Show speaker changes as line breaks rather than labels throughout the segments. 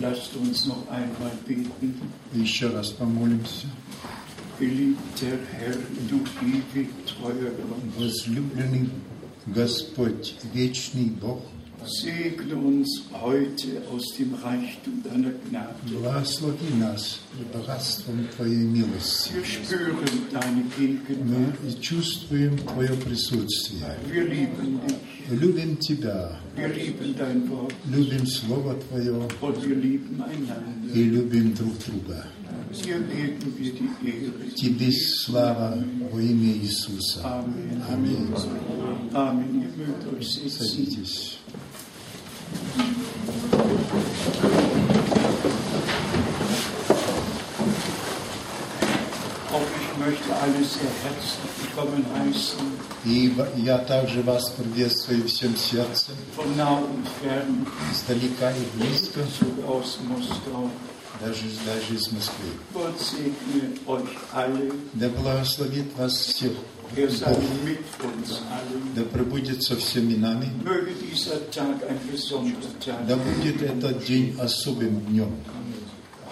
Lasst uns noch einmal beten.
Еще раз помолимся.
Geliebter Herr, du ewig treuer Gott,
Возлюбленный Господь, вечный Бог,
segne uns heute aus dem Reichtum deiner Gnade.
благослови нас богатством Твоей милости.
Wir spüren deine
Мы
Gegenwart.
и чувствуем Твое присутствие.
Wir lieben dich.
Любим Тебя,
Wir lieben dein Wort
любим Слово Твое
und wir lieben einander.
и любим друг друга.
Dir geben wir die Ehre.
Тебе слава во имя Иисуса.
Amen.
Аминь.
Amen. Ihr mögt euch sitzen.
Садитесь.
Auch ich möchte alle sehr herzlich willkommen heißen,
И в- я также вас приветствую всем сердцем,
von nah und fern,
издалека и близко,
sogar aus Moskau.
даже, даже из Москвы.
Gott segne euch alle.
Да благословит вас всех
Er sei
Бог.
mit uns allen.
Да пробудет со всеми нами.
Möge dieser Tag ein besonderer Tag
Да будет этот день особым днем.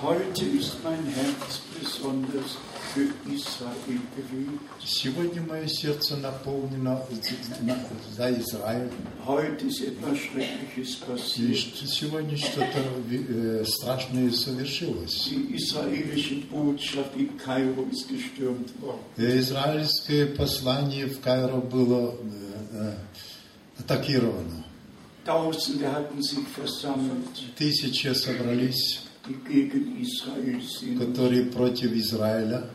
Heute ist mein Herz besonders für Israel bewegt.
Сегодня мое сердце наполнено на- за Израиль.
Heute ist etwas Schreckliches
И
passiert.
что- сегодня что-то э, страшное совершилось.
Die israelische Botschaft in Kairo ist gestürmt worden.
Э, Израильское послание в Кайро было э, э, атакировано.
Tausende hatten sich versammelt,
Тысячи собрались,
die gegen Israel sind.
которые против Израиля.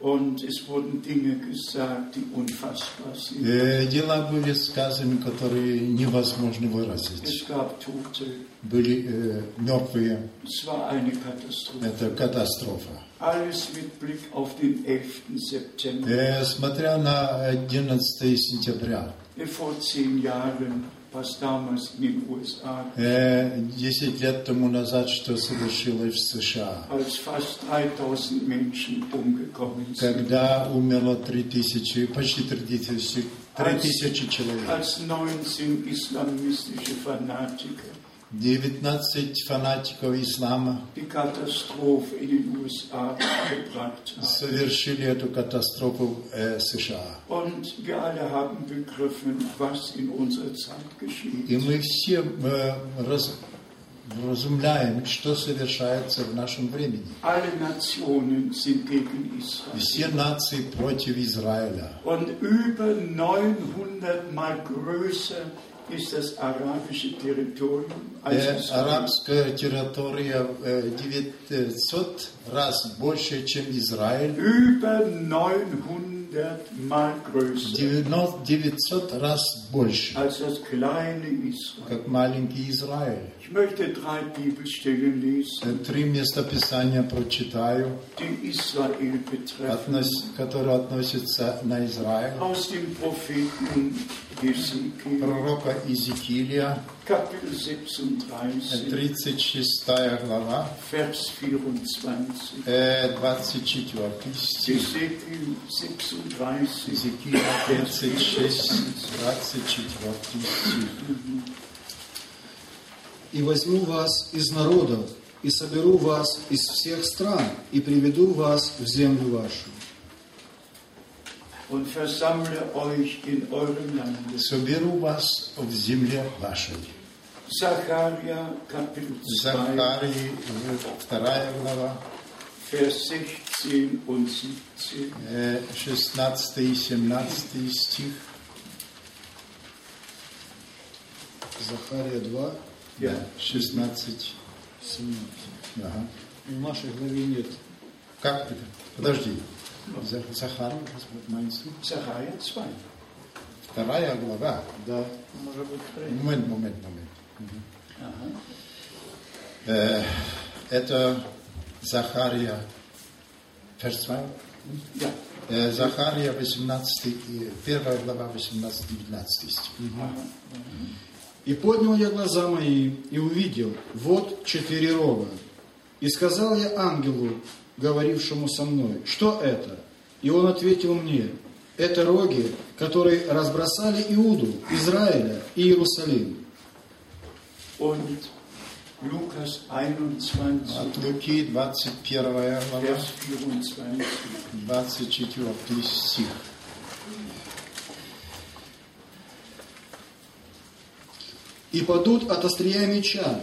Und es wurden Dinge gesagt, die unfassbar sind.
Э, Дела были сказаны, которые невозможно выразить.
Es gab Tote.
были э, мертвые.
Es war eine Katastrophe.
Это катастрофа.
Alles mit Blick auf den 11. September.
Э, смотря на 11 сентября,
Vor zehn Jahren, was damals in den USA,
э, 10 лет тому назад, что совершилось в США,
als fast 3000 Menschen umgekommen sind,
когда умерло 3000, почти 3000, 3000 человек.
als 19 islamistische Fanatiker
19 фанатиков ислама
die Katastrophe in den USA gebracht haben.
совершили эту катастрофу э, США.
Und wir alle haben begriffen, was in unserer Zeit geschieht.
И мы все э, раз- разумляем, что совершается в нашем времени.
Alle Nationen sind gegen
И
Israel.
Все нации против Израиля.
Und über 900 Mal größer ist das arabische Territorium als
Э,
Israel.
Арабская территория э, 900 раз больше, чем Израиль.
Über 900 Mal größer
90 900 раз больше,
als das kleine Israel.
как маленький Израиль.
Ich möchte drei Bibelstellen lesen,
Э, Три местописания прочитаю,
die Israel betreffen.
относ- которые относятся на Израиль.
Aus dem Propheten Hesekiel,
Пророка Иезекииля,
Kapitel 36,
э, 36 глава,
Vers 24.
э, 24 стих.
Hesekiel 36,
Иезекииля 36, 24 стих.
и возьму вас из народов, и соберу вас из всех стран, и приведу вас в землю вашу.
und versammle euch in eurem Lande.
Соберу вас в земле вашей.
Sacharja Kapitel 2,
Захарии, 2 глава,
Vers 16 und 17.
э, 16 и 17 стих.
Захария 2,
Да, 16.
17.
Ага.
В нашей главе нет.
Как это? Подожди. За- Захар, Господь мой Иисус.
Sacharja 2.
Вторая глава.
Да.
Момент, момент, момент.
Aha.
Э, это Захария. Vers 2.
Ja.
Э, Захария 18, 1 глава 18-19 стих.
Aha.
«И поднял я глаза мои, и увидел, вот четыре рога. И сказал я ангелу, говорившему со мной, что это? И он ответил мне, это роги, которые разбросали Иуду, Израиля и Иерусалим.
Und Lukas 21,
От Луки 21 глава,
Vers 24.
24 стих.
«И падут от острия меча,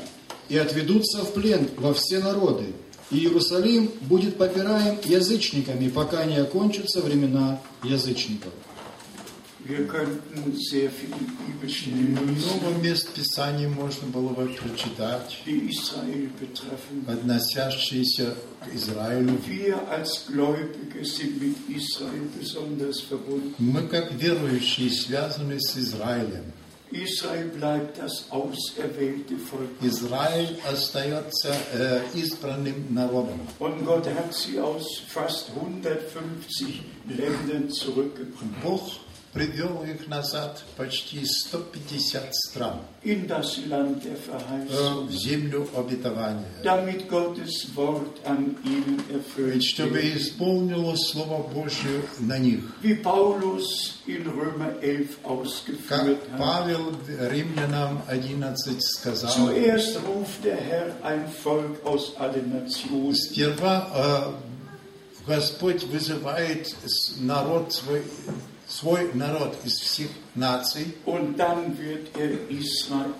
и отведутся в плен во все народы, и Иерусалим будет попираем язычниками, пока не окончатся времена язычников».
Wir könnten sehr viele Bibelstellen
Много мест Писания можно было бы прочитать,
die Israel betreffen.
относящиеся к Израилю.
Wir als Gläubige sind mit Israel besonders verbunden.
Мы, как верующие, связаны с Израилем.
Israel bleibt das auserwählte Volk.
Израиль остается э, избранным народом.
Und Gott hat sie aus fast 150 Ländern zurückgebracht.
Бог привел их назад почти из 150 стран
In das Land der
э,
Verheißung.
в землю обетования.
damit Gottes Wort an ihnen
Ведь
erfüllt
чтобы
wird.
исполнило Слово Божье на них.
Wie Paulus in Römer 11
Как
ausgeführt hat.
Павел Римлянам 11 сказал,
Zuerst ruft der Herr ein Volk aus allen Nationen.
Сперва э, Господь вызывает с- народ свой, свой народ из всех наций,
Und dann wird er Israel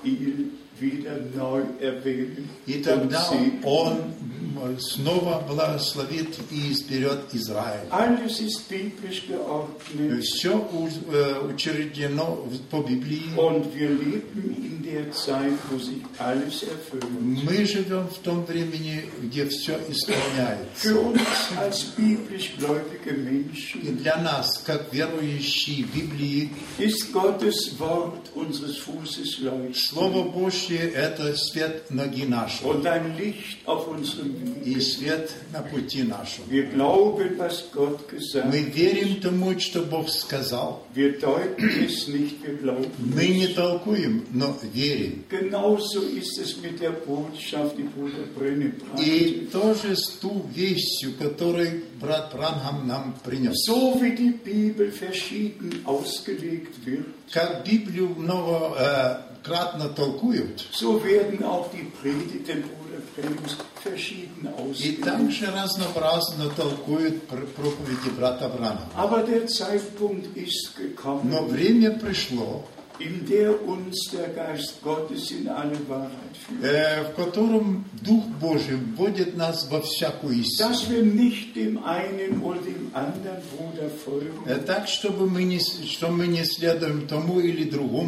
wieder neu erwählen.
и
Und
тогда
sie.
Он м, снова благословит и изберет Израиль.
Alles ist biblisch geordnet.
Все э, учреждено в- по Библии.
Und wir leben in der Zeit, wo sich alles erfüllt.
Мы живем в том времени, где все исполняется.
Für uns als biblisch gläubige Menschen
И для нас, как верующие Библии,
ist Gottes Wort unseres Fußes Leuchten
Слово Божье – это свет ноги нашего
und ein Licht auf unserem
и
Weg.
свет на пути нашего.
Wir glauben, was Gott gesagt
Мы
hat.
верим тому, что Бог сказал.
Wir deuten es nicht, wir glauben.
Мы не толкуем, но верим.
Genauso ist es mit der Botschaft, die Bruder Brenne brachte.
И тоже с ту вещью, которую брат Бранхам нам принес.
So wie die Bibel verschieden ausgelegt wird,
Как Библию много э, кратно толкуют,
so werden auch die Predigten Bruder Brennems verschieden
и
ausgelegt.
также разнообразно толкуют пр- проповеди брата Бранхама.
Aber der Zeitpunkt ist gekommen.
Но время пришло,
in der uns der Geist Gottes in alle Wahrheit führt.
э, в котором Дух Божий вводит нас во всякую истину.
Dass wir nicht dem einen oder dem anderen Bruder folgen,
Э, Так, чтобы мы не, с- что мы не следуем тому или другому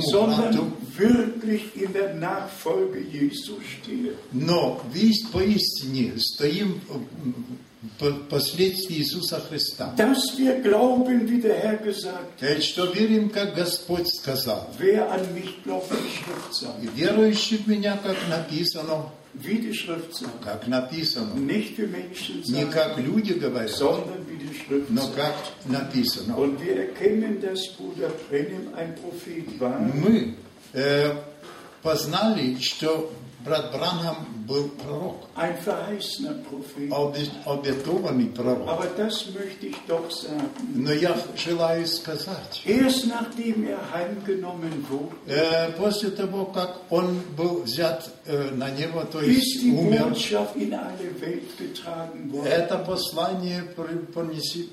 sondern
брату,
wirklich in der Nachfolge Jesu stehen.
Но весь поистине стоим э, в- в последствии Иисуса Христа.
Dass wir glauben, wie der Herr gesagt
Э, Что верим, как Господь сказал.
hat, wer an mich glaubt, wie Schrift sagt.
И верующий в меня, как написано,
Wie die Schrift sagt.
как написано.
Nicht wie Menschen
Не
sagen,
как люди говорят,
sondern wie die Schrift
но
sagt.
как написано.
Und wir erkennen, dass Bruder Brennim ein Prophet war.
Мы э, познали, что брат Бранхам был пророк,
Ein verheißener Prophet.
обе- обетованный пророк.
Aber das möchte ich doch sagen.
Но я желаю сказать,
Erst nachdem er heimgenommen wurde,
Э, После того, как он был взят э, на небо, то
ist
есть
die
умер,
Botschaft in alle Welt getragen worden.
это послание при- понеси-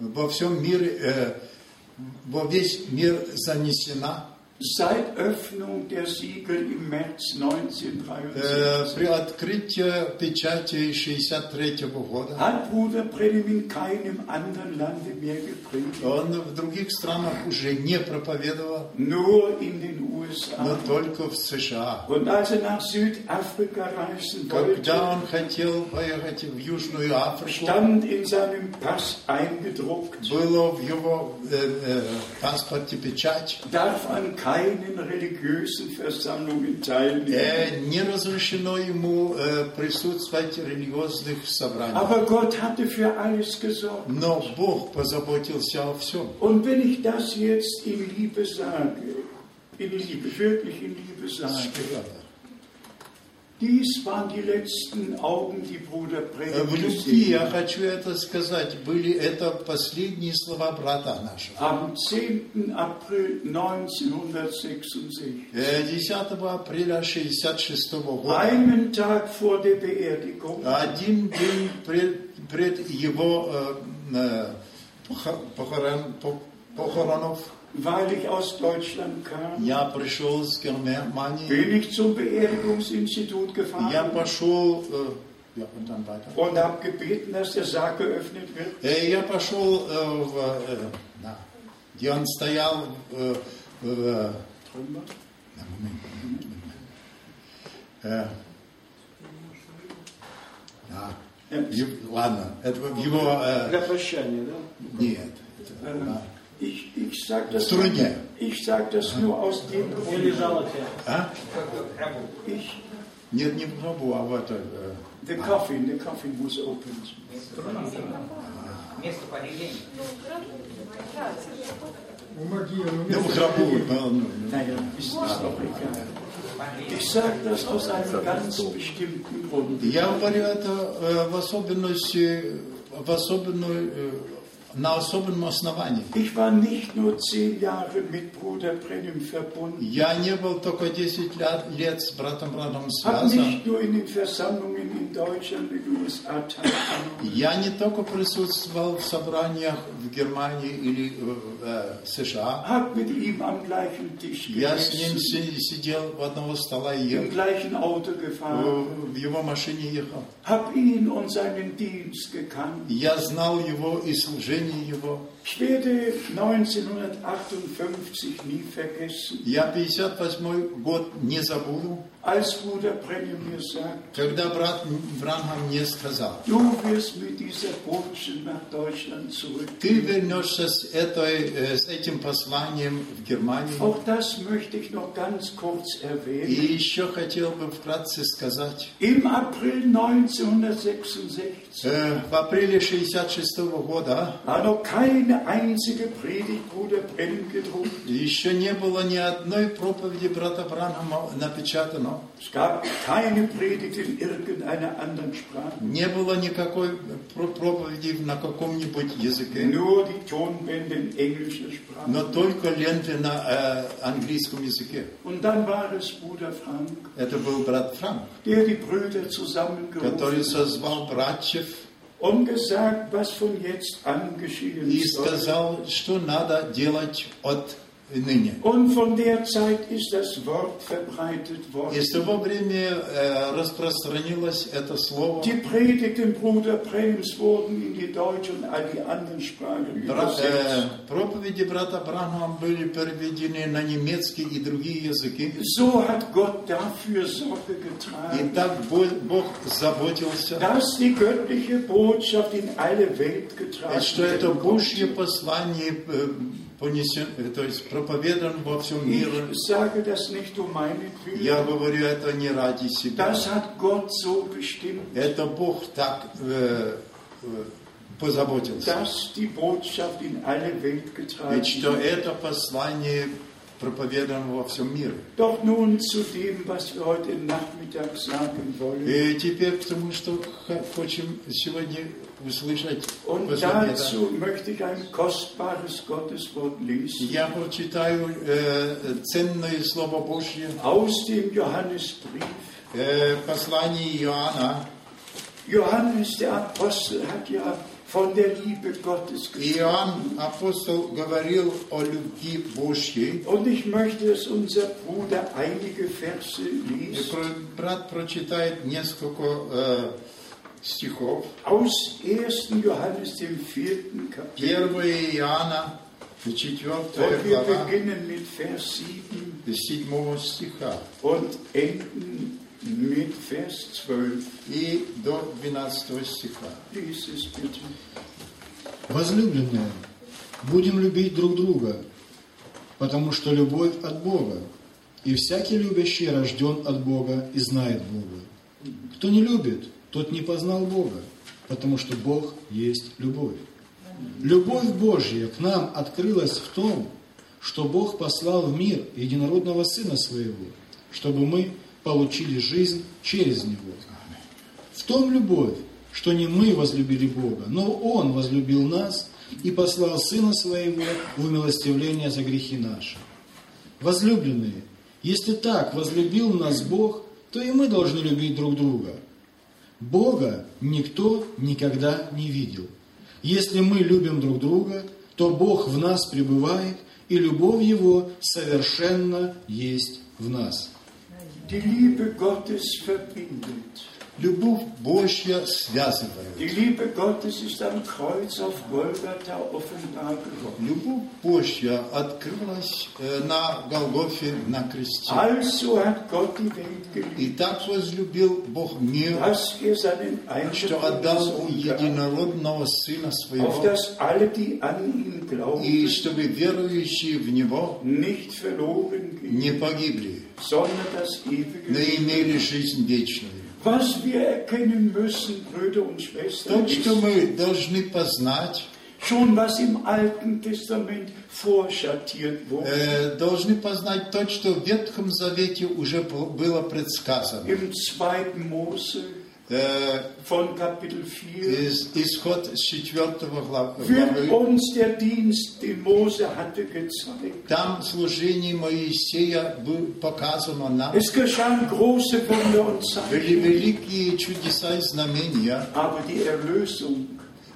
во всем мире, э, во весь мир занесена.
Seit Öffnung der Siegel im März 1973
Э, При открытии печати 63 года
hat Bruder Brenim in keinem anderen Lande mehr gepredigt,
он в других странах уже не проповедовал,
nur in den
но
USA.
только в США.
Und als er nach Südafrika reisen
Когда
wollte,
он хотел поехать в Южную Африку,
stand in seinem Pass eingedruckt,
было в его э, э, паспорте печать,
darf an keinen religiösen Versammlungen teilnehmen.
Э, Не разрешено ему э, присутствовать в религиозных собраниях.
Aber Gott hatte für alles gesorgt.
Но Бог позаботился о всем.
Und wenn ich das jetzt in Liebe sage, in Liebe, wirklich in Liebe sage, Dies waren die letzten Augen, die Bruder
Э, В
Brehm
любви,
gesehen
я
hat.
хочу это сказать, были это последние слова брата нашего.
Am 10. April 1966,
Э, 10 апреля 1966 года,
einen Tag vor der Beerdigung,
один день пред, пред его э, э, похо- похорон- по- похоронов,
weil ich aus Deutschland kam,
я пришел с Германии,
bin ich zum Beerdigungsinstitut
я
gefahren
пошел, э, я потом weiter.
und habe gebeten, dass der Sarg geöffnet wird.
Э, Я пошел э, в, э, на- где он стоял э, в- на момент, момент, момент. Э, да. Ю- Ладно, это в его... э,
Для прощания, да?
Нет. это на-
Ich, ich sage das,
Strunje.
ich sag das nur aus dem
Я
Grund.
лежал тебя.
А?
Ich,
Нет, не в гробу, а в это... э,
the coffin, the coffin was opened.
Место погребения.
Ну, в гробу, ну, ну, ну.
Naja, ist, ist doch egal. Ich sage das aus einem ganz bestimmten Grund.
Я говорю это э, в особенности, в особенной, э, на особенном основании.
Ich war nicht nur zehn Jahre mit Bruder Brennim verbunden,
Я не был только 10 лет, лет с братом Радом
habe
связан.
nicht nur in den Versammlungen in Deutschland und den USA teilgenommen,
Я не только присутствовал в собраниях в Германии или э, в США.
habe mit ihm am gleichen Tisch
Я с ним
gegessen,
си- сидел в одного стола и
im
ехал.
gleichen Auto
Э,
gefahren,
В его машине ехал.
habe ihn und seinen Dienst gekannt.
Я знал его и служение его.
Ich werde 1958 nie vergessen,
Я 58 год не забуду,
als Bruder Brennim mir sagt,
когда брат Бранхам мне сказал,
Du wirst mit dieser Botschaft nach Deutschland
ты
zurückkehren.
вернешься с, этой, э, с этим посланием в Германию.
Auch das möchte ich noch ganz kurz
И
erwähnen.
еще хотел бы вкратце сказать,
Im April 1966
Э, В апреле 66 года
war noch keine einzige Predigt Bruder Brenn gedruckt.
еще не было ни одной проповеди брата Бранхама напечатано.
Es gab keine Predigt in irgendeiner anderen Sprache.
Не было никакой про- проповеди на каком-нибудь языке.
Nur die Tonbände in englischer Sprache.
Но только ленты на э, английском языке.
Und dann war es Bruder Frank,
Это был брат Франк,
der die Brüder
который
zusammengerufen hat
созвал братьев
und gesagt, was von jetzt an geschehen
и
soll.
сказал, что надо делать от ныне.
Und von der Zeit ist das Wort verbreitet
И
worden.
с того времени э, распространилось это слово.
Die Predigten Bruder Brems wurden in die deutsche und all die anderen Sprachen
Бра- э,
übersetzt.
проповеди брата Брахма были переведены на немецкий и другие языки.
So hat Gott dafür Sorge
И
getragen,
так Бо- Бог заботился,
dass die göttliche Botschaft in alle Welt getragen
что это Божье
wird.
послание э, понесен, э, то есть проповедан во всем мире.
Ich sage das nicht um meinetwillen.
Я говорю это не ради себя.
Das hat Gott so bestimmt,
Это Бог так э, э, позаботился.
dass die Botschaft in alle Welt getragen
Ведь что
wird.
это послание проповедано во всем мире.
Doch nun zu dem, was wir heute Nachmittag sagen wollen.
И теперь к тому, что х- хотим сегодня услышать.
Und
после обеда.
dazu möchte ich ein kostbares Gotteswort lesen
Я прочитаю э, ценное Слово Божье,
aus dem Johannesbrief.
э, послание Иоанna.
Johannes der Apostel hat ja von der Liebe Gottes gesprochen.
Иоанн, апостол, говорил о любви Божьей.
Und ich möchte, dass unser Bruder einige Verse
И
liest
про- брат прочитает несколько э, стихов.
aus 1. Johannes dem vierten Kapitel.
1 Иоанна, 4
Und wir
глава,
beginnen mit Vers 7
с 7 стиха
und enden mit Vers 12.
и до 12 стиха.
Lies es bitte.
Возлюбленные, будем любить друг друга, потому что любовь от Бога, и всякий любящий рожден от Бога и знает Бога. Кто не любит, тот не познал Бога, потому что Бог есть любовь. Любовь Божья к нам открылась в том, что Бог послал в мир единородного Сына Своего, чтобы мы получили жизнь через Него. В том любовь, что не мы возлюбили Бога, но Он возлюбил нас и послал Сына Своего в умилостивление за грехи наши. Возлюбленные, если так возлюбил нас Бог, то и мы должны любить друг друга. Бога никто никогда не видел. Если мы любим друг друга, то Бог в нас пребывает, и любовь Его совершенно есть в нас.
Die Liebe Gottes verbindet.
Любовь Божья связывает.
Die Liebe Gottes ist am Kreuz auf Golgatha offenbar geworden.
Любовь Божья открылась э, на Голгофе, на кресте.
Also hat Gott die Welt geliebt,
И так возлюбил Бог мир,
dass er seinen
что
eingeborenen
отдал
Sohn gab,
единородного Сына
auf
Своего,
dass alle, die an ihn
и
glauben,
чтобы верующие в Него
nicht verloren gehen,
не погибли,
sondern das
но
ewige Leben.
имели жизнь вечную.
Was wir erkennen müssen, Brüder und Schwestern,
То,
ist,
что мы должны познать,
schon was im Alten Testament vorschattiert wurde,
э, должны познать то, что в Ветхом Завете уже бу- было предсказано.
im 2. Mose
Э,
von Kapitel 4,
из- Исход с 4
wird
главы.
uns der Dienst, den Mose hatte, gezeigt.
Там служение Моисея было показано нам.
Es geschahen große Wunder und Zeichen,
Были великие чудеса и знамения,
aber die Erlösung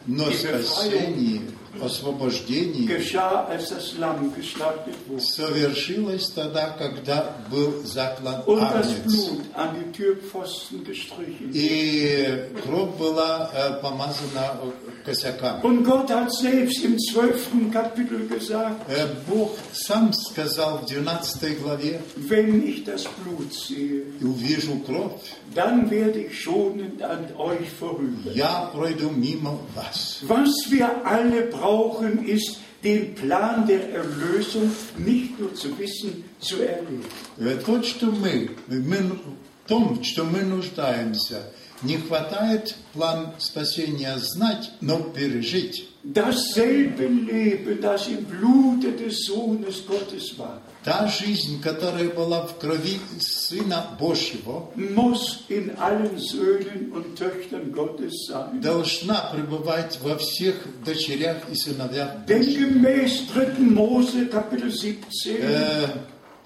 но спасение, освобождение
geschah, als das Lamm geschlachtet wurde
совершилось тогда, когда был заклан
und das
Агнец.
Blut an die Türpfosten gestrichen.
И кровь была э, помазана косяками.
Und Gott hat selbst im 12. Kapitel gesagt,
Э, Бог сам сказал в 12 главе,
wenn ich das Blut sehe,
«И увижу кровь,
dann werde ich schonend an euch vorüber.
я пройду мимо вас.
Was wir alle brauchen, ist, den Plan der Erlösung nicht nur zu wissen, zu erleben.
Э, То, что мы, мы, в том, что мы нуждаемся, не хватает план спасения знать, но пережить.
Dasselbe Leben, das im Blute des Sohnes Gottes war,
Та жизнь, которая была в крови Сына Божьего,
muss in allen Söhnen und Töchtern Gottes sein.
должна пребывать во всех дочерях и сыновьях
Denn
Божьих.
gemäß 3. Mose Kapitel 17,
Э,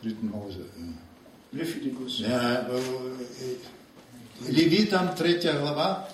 Ритмоза, э.
Leviticus,
Э, э, Левитам 3 глава,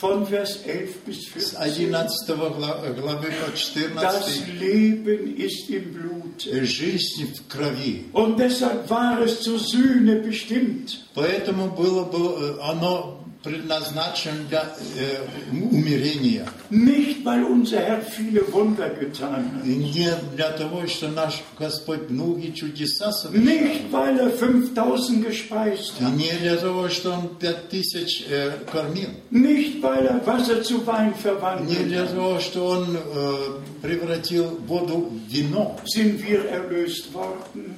von Vers 11 bis
с
14,
11 гла- главы по
das
14.
Leben ist im Blute.
Жизнь в крови.
Und deshalb war es zur Sühne bestimmt.
Поэтому было бы э, оно предназначено для э, м- умирения.
Nicht, weil unser Herr viele Wunder getan hat.
И не для того, что наш Господь многие чудеса совершил.
Nicht, weil er 5000 gespeist
И
hat.
не для того, что Он пять тысяч э, кормил.
Nicht, weil er Wasser zu Wein
Не
verwandelt
для
hat.
того, что Он э, превратил воду в вино.
Sind wir erlöst worden?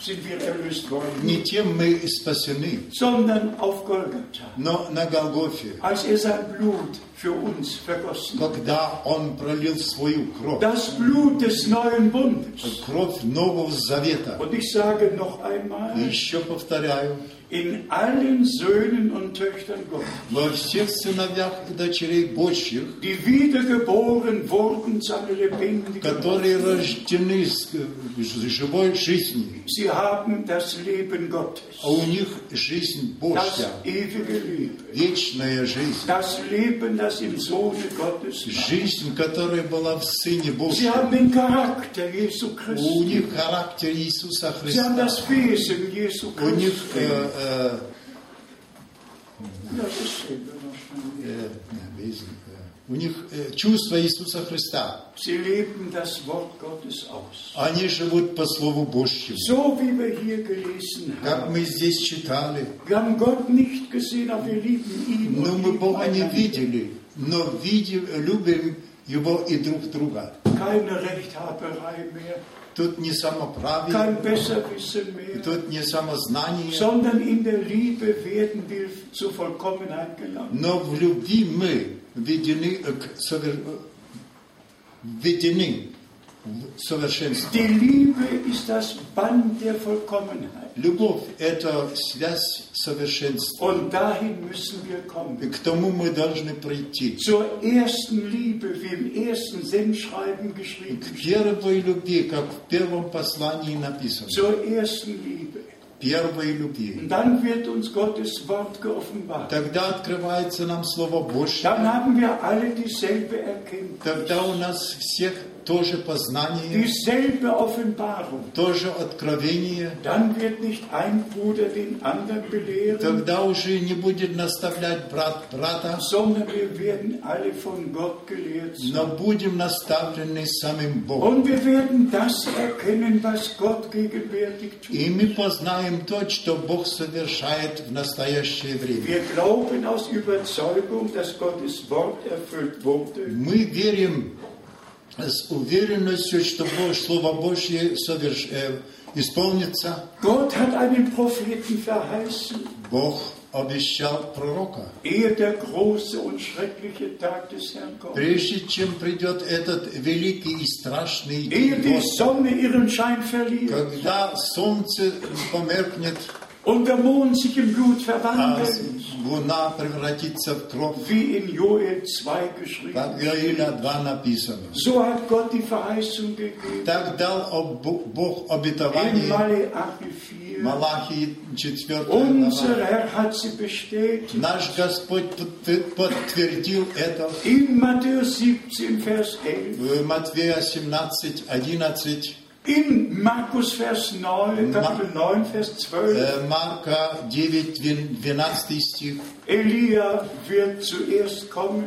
Sind wir erlöst worden?
Не тем мы и спасены.
Sondern auf Golgatha.
Но на Голгофе,
Als er sein Blut für uns vergossen hat.
когда Он пролил свою кровь,
Das Blut des neuen Bundes.
кровь Нового Завета,
Und ich sage noch einmal,
еще повторяю,
in allen Söhnen und Töchtern Gottes.
во всех сыновьях и дочерей Божьих,
die wiedergeboren wurden zu einer lebendigen
которые
Hoffnung.
рождены с э, с живой жизнью,
Sie haben das Leben Gottes,
а у них жизнь
das
Божья,
ewige Leben,
вечная жизнь,
das Leben, das im Sohne Gottes war.
жизнь, которая была в Сыне
Sie haben
Божьем.
den Charakter Jesu
У
Christi.
них характер Иисуса
Sie haben
Христа,
das Wesen Jesu
у них
Christi.
э, э,
Das ist schön, wenn man schnell
э, не, жизнь, э, у них э, чувство Иисуса Христа.
liest. Sie leben das Wort Gottes aus.
Они живут по Слову Божьему.
So wie wir hier gelesen
Как
haben.
мы здесь читали,
Wir haben Gott nicht gesehen, aber wir lieben ihn.
но
und
мы
lieben
Бога не
einander.
видели, но видим, любим Его и друг друга.
Keine Rechthaberei mehr.
Тут не самоправие,
kein Besserwissen mehr,
тут не самознание,
sondern in der Liebe werden wir zur Vollkommenheit gelangen.
но в любви мы введены, э, к совер- э, введены совершенства.
Die Liebe ist das Band der Vollkommenheit.
Любовь – это связь совершенства.
Und dahin müssen wir kommen.
И к тому мы должны прийти.
Zur ersten Liebe, wie im ersten Sendschreiben geschrieben
К
steht.
первой любви, как в первом послании написано.
Zur ersten Liebe.
Первой любви.
Und dann wird uns Gottes Wort geoffenbart.
Тогда открывается нам Слово Божье.
Dann haben wir alle dieselbe Erkenntnis,
Тогда у нас всех тоже познание,
dieselbe Offenbarung.
тоже откровение.
Dann wird nicht ein Bruder den anderen belehren,
Тогда уже не будет наставлять брат брата,
sondern wir werden alle von Gott gelehrt sein.
но будем наставлены самим Богом.
Und wir werden das erkennen, was Gott gegenwärtig tut.
И мы познаем то, что Бог совершает в настоящее время.
Wir glauben aus Überzeugung, dass Gottes Wort erfüllt wurde.
Мы верим с уверенностью, что Бо- Слово Божье соверш- э, исполнится.
Gott hat einen Propheten verheißen,
Бог обещал пророка.
ehe der große und schreckliche Tag des Herrn kommt.
Прежде чем придет этот великий и страшный
Ehe die
год,
Sonne ihren Schein verliert
когда солнце померкнет,
und der Mond sich in Blut
а
verwandelt,
луна превратится в кровь.
wie in Joel 2 geschrieben.
Как Гаила 2 написано.
So hat Gott die Verheißung gegeben.
Так дал об- Бог
In
обетование
Malachi 4.
Малахии 4
Unser
глава.
Herr hat sie bestätigt.
Наш Господь пот- подтвердил это
In Matthäus 17, Vers 11.
в Матвея 17, 11,
In Markus Vers 9,
Ma-
Kapitel 9, Vers 12,
э, Марка 9, двен- 12 стих.
Elia wird zuerst kommen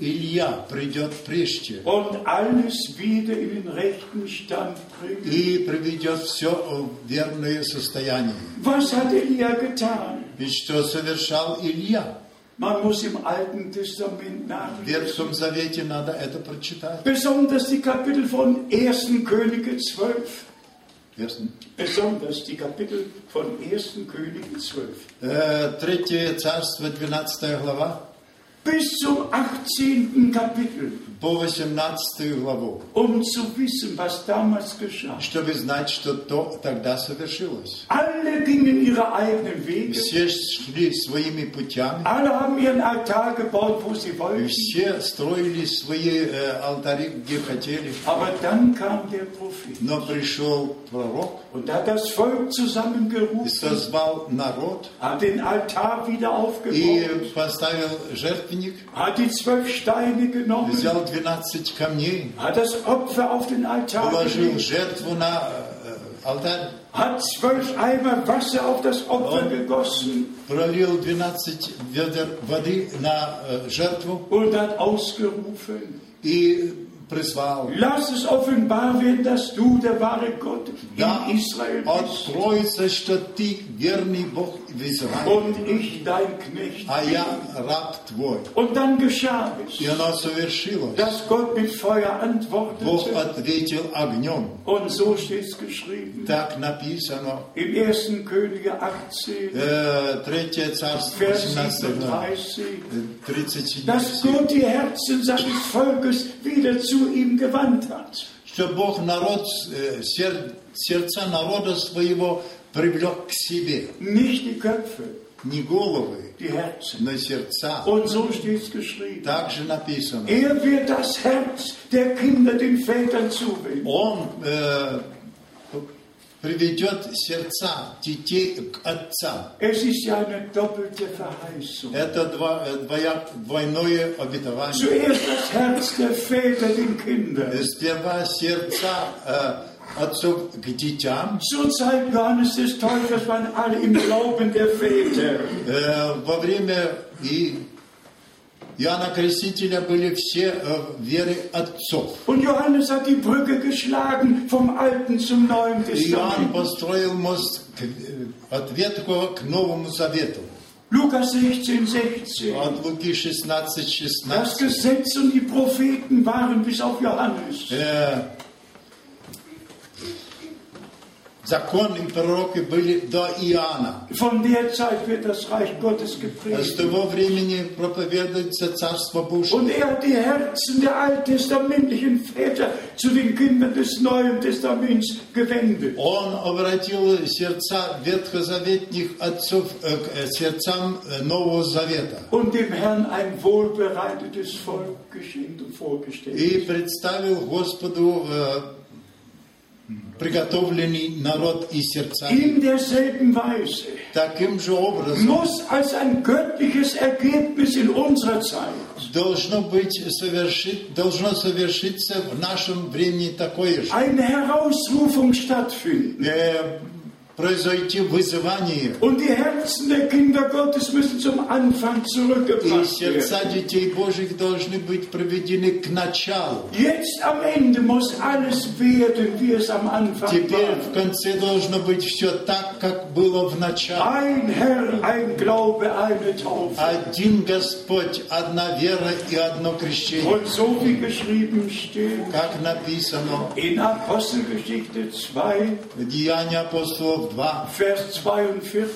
Илья придет прежде
und alles wieder in den rechten Stand bringen.
и приведет все в верное состояние.
Was hat Elia getan?
Ведь что совершал Илья?
Man muss im Alten Testament
В
nachlesen.
Ветхом Завете надо это прочитать.
Besonders die Kapitel von 1. Könige 12.
Верно.
Besonders die Kapitel von 1. Könige 12.
Э, Третье царство, 12 глава,
Bis zum 18. Kapitel,
по 18 главу,
um zu wissen, was damals geschah.
чтобы знать, что то тогда совершилось.
Alle gingen ihre eigenen
И
Wege.
Все шли своими путями,
Alle haben ihren Altar gebaut, wo sie
и
wollten.
все строили свои э, алтари, где хотели.
Aber dann kam der Prophet
Но пришел пророк
und hat das Volk
и
zusammengerufen,
созвал народ,
hat den Altar wieder aufgebaut,
и поставил жертвенник,
hat die zwölf Steine genommen,
взял 12 камней,
hat das Opfer auf den Altar
положил
gelegt,
жертву на э, алтарь,
hat zwölf Eimer Wasser auf das Opfer
Und-
gegossen
пролил 12 ведер воды на э, жертву
und hat ausgerufen,
и призвал.
lass es offenbar werden, dass du der wahre Gott
Да,
in Israel bist
откроется, что ты верный Бог в Израиле,
und ich dein Knecht
а
bin.
я раб твой.
Und dann geschah es.
И оно совершилось.
dass Gott mit Feuer
Бог
antwortete.
ответил огнем.
Und so steht es geschrieben
Так написано.
im 1. Könige 18,
Э, Третье царство,
Vers
18 глава,
37,
э, 37
dass
стих.
Gott die Herzen seines Volkes wieder zu ihm gewandt hat.
Что Бог народ, э, сер- сердца народа своего привлек к себе.
Nicht die Köpfe,
Не головы,
die Herzen.
но сердца.
Und so steht es geschrieben.
Также написано.
Er wird das Herz der Kinder den Vätern zuwenden.
Он э, приведет сердца детей к отцам.
Es ist ja eine doppelte Verheißung.
Это два- э, двоя- двойное обетование.
Zuerst das Herz der Väter den Kindern.
Сперва сердца э, отцов к детям.
Zur Zeit Johannes des Täufers waren alle im Glauben der Väter.
Э, во время и Иоанна Крестителя были все э, в вере отцов.
Und Johannes hat die Brücke geschlagen vom Alten zum Neuen
Иоанн
Testament.
построил мост к, э, от Ветхого к Новому Завету.
Lukas 16, 16.
От Луки 16,
Das
16.
Gesetz und die Propheten waren bis auf Johannes.
Э, Закон и пророки были до Иоанна.
Von der Zeit wird das Reich Gottes
С
gepredigt.
того времени проповедуется Царство Божье.
Und er hat die Herzen der alttestamentlichen Väter zu den Kindern des Neuen Testaments gewendet.
Он обратил сердца ветхозаветных отцов э, к э, сердцам э, Нового Завета
Und dem Herrn ein wohlbereitetes Volk geschenkt und vorgestellt.
и представил Господу э, приготовленный народ и сердца.
In derselben Weise
Таким же образом
muss als ein göttliches Ergebnis in unserer Zeit
должно быть совершит, должно совершиться в нашем времени такое же.
eine Herausrufung stattfinden.
Э, произойти вызывание,
Und die Herzen der Kinder Gottes müssen zum Anfang
и
zurückgebracht werden.
сердца детей Божьих должны быть приведены к началу.
Jetzt am Ende muss alles werden, wie es am Anfang
Теперь
war.
в конце должно быть все так, как было в начале.
Ein Herr, ein Glaube, eine Taufe.
Один Господь, одна вера и одно крещение.
Und so wie geschrieben steht
Как написано
in Apostelgeschichte 2,
в Деянии апостолов 2,
Vers 42.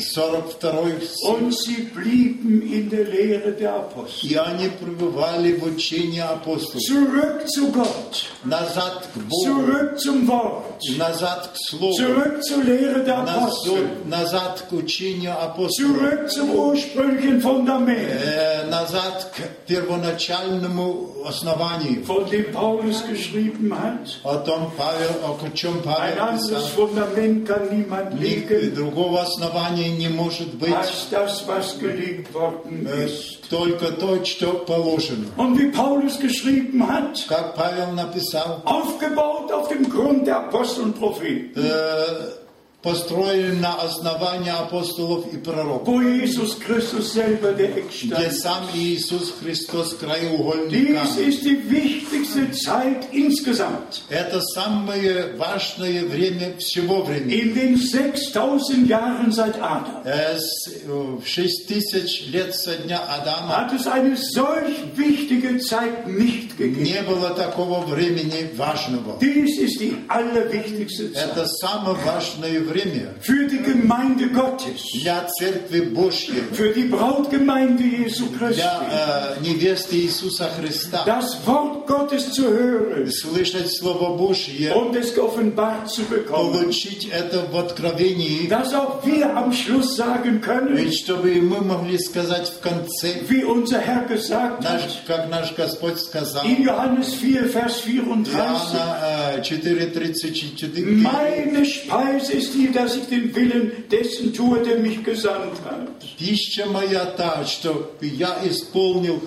42
Und sie blieben in der Lehre der Apostel.
И они пребывали в учении апостолов.
Zurück zu Gott,
Назад к Богу,
zurück zum Wort,
назад к Слову,
zurück zur Lehre der Apostel,
назад, назад к учению апостолов,
zurück zum ursprünglichen Fundament,
э, назад к первоначальному основанию.
von dem Paulus geschrieben hat.
О том Павел, о чем
Ein
Павел писал.
anderes Fundament kann niemand
Ни-
legen,
Другого основания не может быть,
als das, was gelegt worden
э,
ist.
только то, что положено.
Und wie Paulus geschrieben hat,
Как Павел написал,
aufgebaut auf dem Grund der Apostel und Propheten,
э, построен на основании апостолов и пророков,
wo Jesus Christus selber der Eckstein
где
ist.
сам Иисус Христос краеугольник
Dies
камня.
ist die wichtigste Zeit insgesamt.
Это самое важное время всего времени.
In den 6000 Jahren seit Adam
Э, с- В шесть тысяч лет со дня Адама
hat es eine solch wichtige Zeit nicht gegeben.
не было такого времени важного.
Dies ist die allerwichtigste Zeit
Это самое важное время
für die Gemeinde Gottes,
для Церкви Божьей.
für die Brautgemeinde Jesu Christi.
для э, невесты Иисуса Христа.
Das Wort Gottes zu hören
Слышать Слово Божье,
und es offenbart zu bekommen.
получить это в откровении,
dass auch wir am Schluss sagen können,
ведь чтобы и мы могли сказать в конце,
wie unser Herr gesagt
наш,
hat,
как наш Господь сказал,
in Johannes 4, Vers 34,
Иоанна э, 4.34,
meine Speise ist die, dass ich den Willen dessen tue, der mich gesandt hat.
«Пища моя та, что я исполнил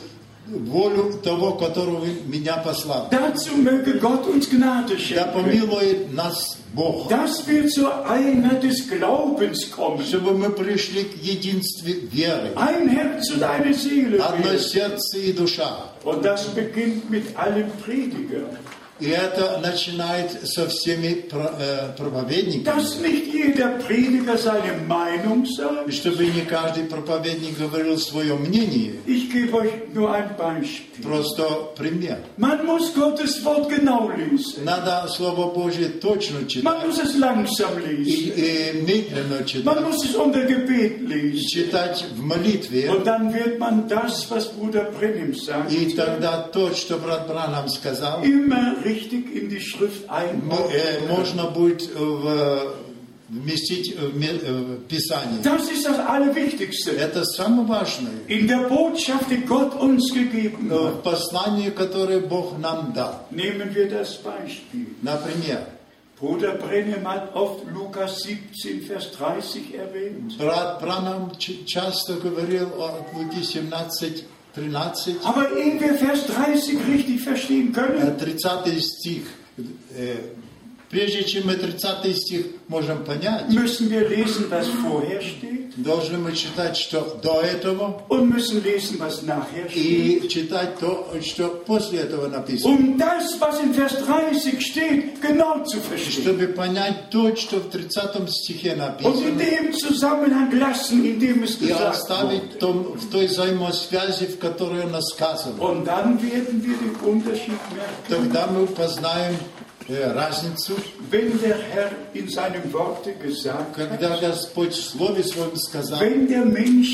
волю того, которого меня послал».
Dazu möge Gott uns Gnade
Да
schenken,
помилует нас Бог,
dass wir zur Einheit des Glaubens kommen,
чтобы мы пришли к единстве веры,
ein Herz und eine Seele
одно
werden.
сердце и душа.
Und das beginnt mit allem Prediger.
И это начинает со всеми про- э, проповедниками,
Dass nicht jeder Prediger seine Meinung sagt.
чтобы не каждый проповедник говорил свое мнение,
Ich gebe euch nur ein Beispiel.
просто пример.
Man muss Gottes Wort genau lesen.
Надо Слово Божье точно
Man
читать
muss es langsam
и,
lesen.
и медленно
Man
читать,
muss es unter Gebet
и
lesen.
читать в молитве,
Und dann wird man das, was Bruder Brenim sagt,
и тогда то, что брат Бранам сказал,
immer richtig in die Schrift
мо-
einordnen.
э, можно будет э, в- вместить в ме- э, в Писание.
Das ist das Allerwichtigste.
Это самое важное
In der Botschaft, die Gott uns gegeben
э,
hat,
в послании, которое Бог нам дал.
nehmen wir das Beispiel.
Например,
Bruder Brenim hat oft Lukas 17, Vers 30 erwähnt.
Брат Бранам ч- часто говорил о Луки 17, 13,
Aber ehe wir Vers 30 richtig verstehen können,
э, 30 стих. Э, Прежде чем мы 30 стих можем понять,
müssen wir lesen, was vorher steht
должны мы читать, что до этого,
und müssen lesen, was nachher steht.
и читать то, что после этого написано.
Um das, was in Vers 30 steht, genau zu verstehen.
Чтобы понять то, что в 30 стихе
Und in
написано,
dem Zusammenhang lassen, in dem es
и
gesagt wird.
оставить в том- в той взаимосвязи, в которой она сказана.
Und dann werden wir den Unterschied merken
Тогда мы познаем э, разницу,
Wenn der Herr in seinem Worte gesagt hat,
когда Господь в Слове Своем сказал,
wenn der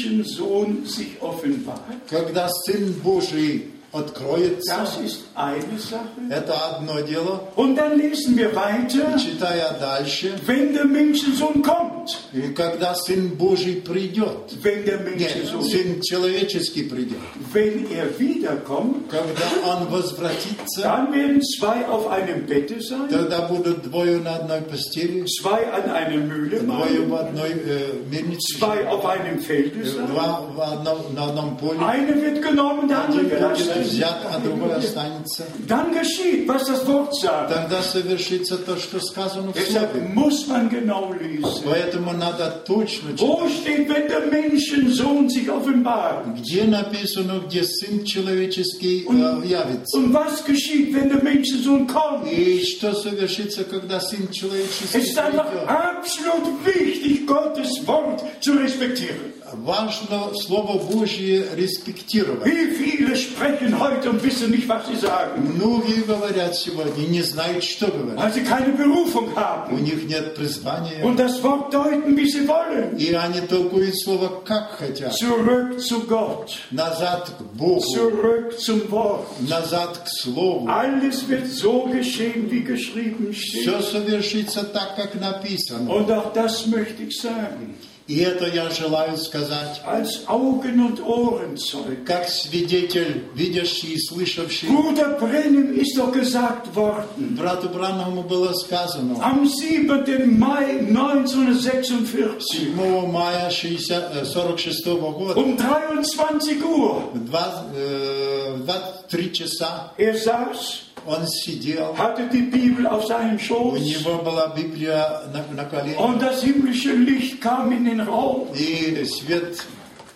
Menschensohn sich offenbart,
когда Сын Божий откроется,
das ist eine Sache.
это одно дело.
Und dann lesen wir weiter,
Читая дальше,
wenn der Menschensohn kommt,
и когда Сын Божий придет,
wenn der
нет,
Menschensohn,
Сын человеческий придет,
wenn er wiederkommt,
когда Он возвратится,
dann werden zwei auf einem Bette sein,
тогда будут двое на одной постели,
zwei an einer Mühle
двое в
malen,
одной э, мельнице, Э,
zwei auf einem Felde sein.
два в одном, на одном поле,
Eine wird genommen, der andere
один будет
gelassen.
взят, а другой останется.
Dann geschieht, was das Wort sagt.
Тогда совершится то, что сказано в
Deshalb
Слове.
muss man genau lesen.
Поэтому надо точно читать.
Wo steht, wenn der Menschensohn sich offenbart?
Где написано, где Сын Человеческий э,
Он-
явится?
Und was geschieht, wenn der Menschensohn kommt?
И что совершится, когда Сын
Es
Человеческий
ist einfach
придет?
absolut wichtig, Gottes Wort zu respektieren.
Важно Слово Божье респектировать.
Wie viele sprechen heute und wissen nicht, was sie sagen,
Многие говорят сегодня, не знают, что говорят.
weil sie keine Berufung haben
У них нет призвания.
und das Wort deuten, wie sie wollen.
И они толкуют Слово как хотят.
Zurück zu Gott,
Назад к Богу,
zurück zum Wort.
назад к Слову.
Alles wird so geschehen, wie geschrieben
Все
steht.
совершится так, как написано.
Und auch das möchte ich sagen.
И это я желаю сказать,
Als Augen- und Ohrenzeug.
как свидетель, видящий и слышавший.
Bruder Brennen ist doch gesagt worden.
Брату Бранному было сказано,
Am 7. Mai 1946
7 мая 1946 года,
um 23 Uhr.
в два- э, в 23 часа
Er saß,
он сидел,
hatte die Bibel auf seinem
у
Schoß
него была Библия на, на коленях,
und das himmlische Licht kam in den Raum.
и свет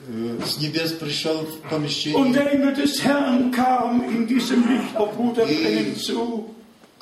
э, с небес пришел в
Und
помещение.
der Engel des Herrn kam in diesem Licht auf Bruder Brennen zu.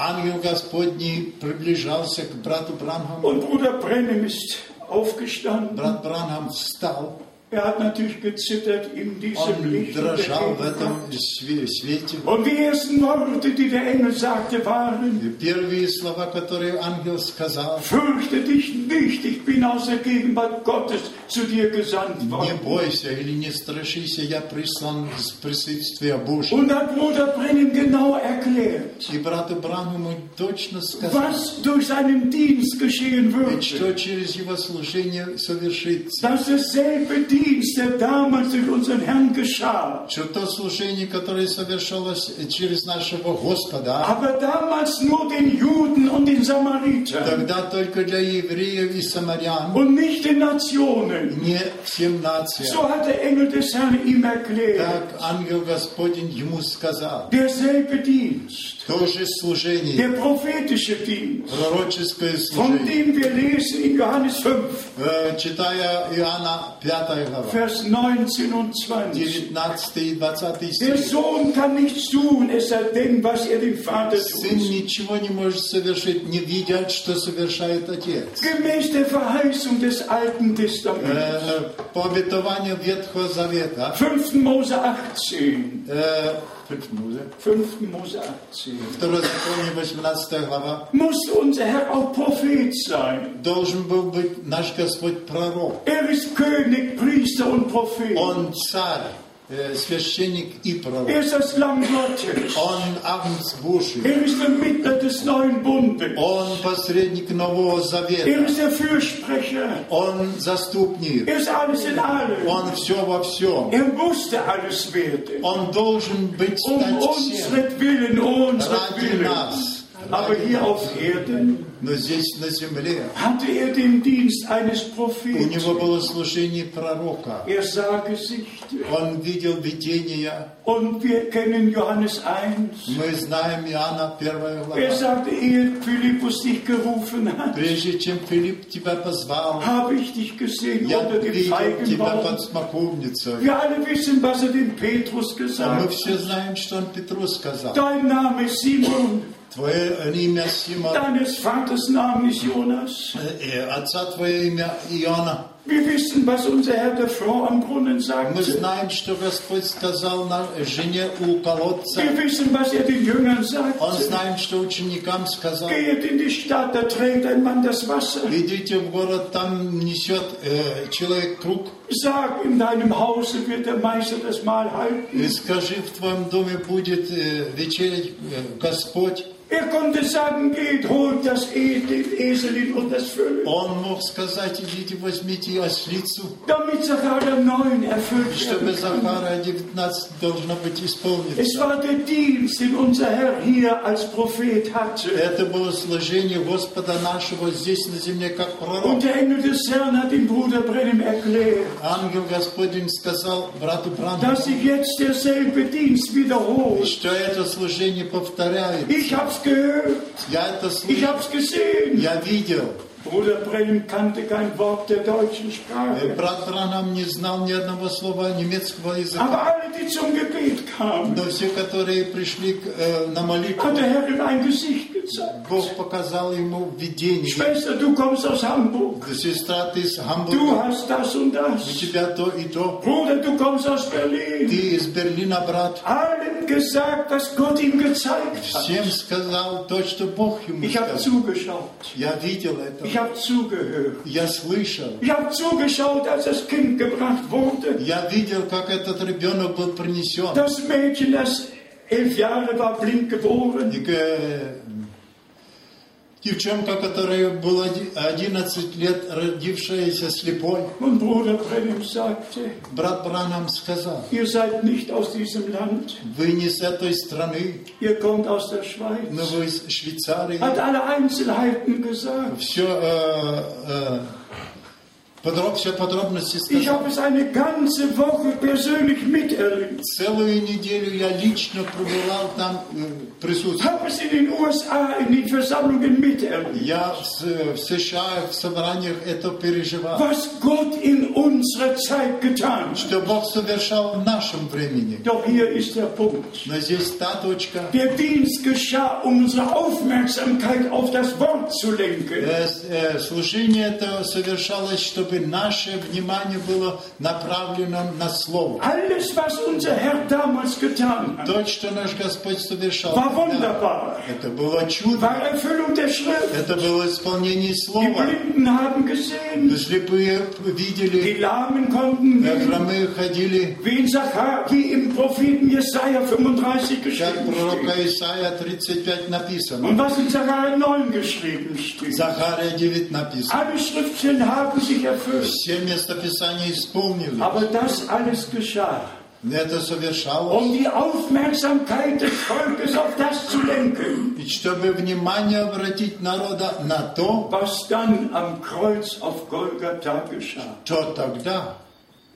Ангел Господний приближался к брату Бранхаму.
Und Bruder Brennen ist aufgestanden.
Брат Бранхам встал,
Er hat natürlich gezittert in diesem
он
Licht. und der
дрожал в
Gegenwart.
этом све- свете.
Und die ersten Worte, die der Engel sagte, waren,
И первые слова, которые ангел сказал,
fürchte dich nicht, ich bin aus der Gegenwart Gottes zu dir gesandt
Не
worden.
бойся или не страшися, я прислан из присутствия Божьего.
Und hat Bruder Brennen genau erklärt,
И брату Брануму точно сказал,
was durch seinen Dienst geschehen
ведь что
würde.
через его служение совершится.
Dass derselbe Dienst, der damals durch unseren Herrn geschah,
Что то служение, которое совершилось через нашего Господа,
aber damals nur den Juden und den Samaritern
тогда только для евреев и самарян,
und nicht den Nationen.
не всем нациям.
So hat der Engel des Herrn ihm erklärt,
Так ангел Господень ему сказал.
derselbe Dienst,
То же служение,
der prophetische Dienst,
пророческое
von
служение.
dem wir lesen in Johannes 5,
Э, Читая Иоанна 5 глава,
Vers 19 und 20.
19 и 20
Der
стих.
Sohn kann nichts tun, es sei denn, was er dem Vater
Сын
tut.
ничего не может совершить, не видя, что совершает Отец.
Gemäß der Verheißung des Alten Testaments.
Э, По обетованию Ветхого Завета,
5. Mose 18.
э, Прикнули.
5. Mose 18.
Второзаконие, 18 глава,
Muss unser Herr auch Prophet sein.
должен был быть наш Господь пророк.
Er ist König, Priester und Prophet.
Он царь, э, священник и
Er
пророк.
ist das Lamm Gottes.
Он Агнец Божий.
Er ist der Mittler des neuen Bundes.
Он посредник Нового
Er
Завета.
ist der Fürsprecher.
Он заступник.
Er ist alles in allem.
Он все во всем.
Er musste alles werden.
Он должен быть
Um
стать всем.
unseren Willen, unseren
Ради
Willen.
нас.
Aber hier auf Erden
Но здесь, на земле,
hatte er den Dienst eines
У него
Propheten.
было служение пророка.
Er sah Gesichter.
Он видел видения.
Und wir kennen Johannes 1.
Мы знаем Иоанна 1
Er
глава.
sagte, ehe Philippus dich gerufen hat,
Прежде чем Филипп тебя позвал,
habe ich dich gesehen
я
unter dem
видел тебя
Feigenbaum.
под смоковницей.
Wir alle wissen, was er dem Petrus
А мы
gesagt
все знаем, что он Петру сказал.
hat. Dein Name ist Simon,
Твое имя Симон,
deines Vaters Name ist Jonas.
э, э, отца твое имя Иона.
Wir wissen, was unser Herr der Frau am Brunnen
Мы
sagte.
знаем, что Господь сказал на- жене у колодца.
Wir wissen, was er den Jüngern
Он
sagte.
знает, что ученикам сказал,
Geht in die Stadt, da trägt ein Mann das Wasser.
идите в город, там несет э, человек круг,
Sag, in deinem Hause wird der Meister das Mahl halten.
и скажи, в твоем доме будет э, вечерить э, Господь.
Er konnte sagen, geht, holt das e den Eselin und das Füllen.
Он мог сказать, идите возьмите ослицу,
Damit Sacharja 9 erfüllt
чтобы
werden kann.
Захара 19 должно быть исполнено.
Es war der Dienst, den unser Herr hier als Prophet hatte.
Это было служение Господа нашего здесь на земле как
Und
пророк.
der Engel des Herrn hat dem Bruder Brennim erklärt,
Ангел Господень сказал брату Брану,
dass sich jetzt derselbe Dienst wiederholt.
что это служение повторяет.
Ich hab's gehört,
Я это
ich
слышал,
hab's gesehen.
я видел.
Bruder Brennim kannte kein Wort der deutschen
Э,
Sprache.
Брат Бранам не знал ни одного слова немецкого языка.
Aber alle, die zum Gebet kamen,
Но все, которые пришли к, э, на молитву,
hat der Herr ihm ein Gesicht gezeigt.
Бог показал ему видение.
Schwester, du kommst aus Hamburg.
Сестра, ты из
Du
Гамбурга,
hast das und
у
das.
тебя то и то.
Bruder, du kommst aus Berlin.
Ты из Берлина, брат.
Allen gesagt, was Gott ihm gezeigt hat.
Всем сказал то, что Бог ему
Ich habe
сказал.
zugeschaut.
Я видел это.
Ich habe zugehört.
Я слышал.
Ich habe zugeschaut, als das Kind gebracht wurde.
Я видел, как этот ребенок был принесен.
Das Mädchen, das elf Jahre war, blind geboren.
И, э, девчонка, которая была оди- 11 лет, родившаяся слепой,
Und Bruder Brennim sagte,
брат Бранам сказал,
ihr seid nicht aus diesem Land.
вы не с этой страны,
Ihr kommt aus der Schweiz.
но вы из Швейцарии.
Hat alle Einzelheiten gesagt.
Все, э, все подробности
Ich
сказал.
habe es eine ganze Woche persönlich miterlebt.
Целую неделю я лично пробывал там, м, присутствовал.
habe es in den USA in den Versammlungen miterlebt,
Я в С- в США в собраниях это переживал.
was Gott in unserer Zeit getan hat.
Что Бог совершал в нашем времени.
Doch hier ist der Punkt.
Но здесь та точка.
Der Dienst geschah, um unsere Aufmerksamkeit auf das Wort zu lenken.
Э, с- э, Служение это совершалось, чтобы наше внимание было направлено на Слово.
Alles, was unser Herr damals getan hat,
То, что наш Господь совершал,
war
тогда,
wunderbar,
это было чудо,
war Erfüllung der Schrift.
это было исполнение
Die
Слова.
Blinden haben gesehen,
Слепые
die
видели,
Lahmen konnten
э,
gehen,
хромые ходили,
wie in Zachar, wie im Propheten Jesaja 35
как
geschrieben steht.
пророка Исаия 35 написано.
Und was in Zachar 9 geschrieben steht.
Захария 9 написано.
Alle Schriften haben sich erfüllt.
Все местописания исполнили.
Aber das alles geschah,
Это совершалось.
um die Aufmerksamkeit des Volkes auf das zu lenken,
И чтобы внимание обратить народа на то,
was dann am Kreuz auf Golgatha geschah.
что тогда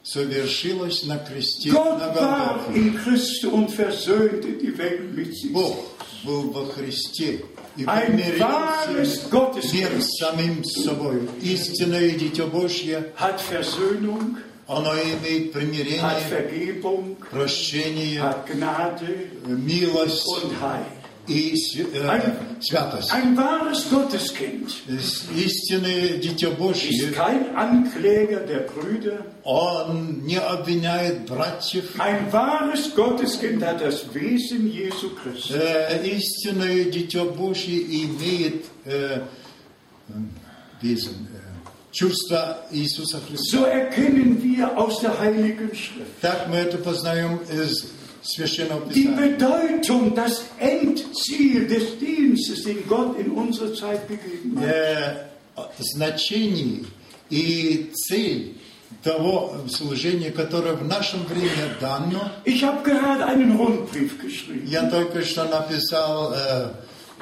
совершилось на кресте
Gott war
на Голгофе.
in Christus und versöhnte die Welt mit sich.
Бог был во Христе и
Ein
помирился
wahres Gottesbild
мир с самим собой. Истинное Дитя Божье,
hat Versöhnung,
оно имеет
hat
примирение,
Vergebung,
прощение,
hat Gnade
милость
und Heil.
и св- э,
Ein-
святость.
Ein wahres Gotteskind
С- Истинное Дитя
ist
Божье,
kein Ankläger der Brüder,
он не обвиняет братьев.
Ein wahres Gotteskind hat das Wesen Jesu Christi.
Э, Истинное Дитя Божье имеет э, м, визм, э, чувство Иисуса Христа.
So erkennen wir aus der Heiligen Schrift
Так мы это познаем из Священного
die
Писания.
Bedeutung, das Endziel des Dienstes, den Gott in unserer Zeit gegeben hat.
Э, Значение и цель того служения, которое в нашем время дано –
Ich habe gerade einen Rundbrief geschrieben
Я только что написал э,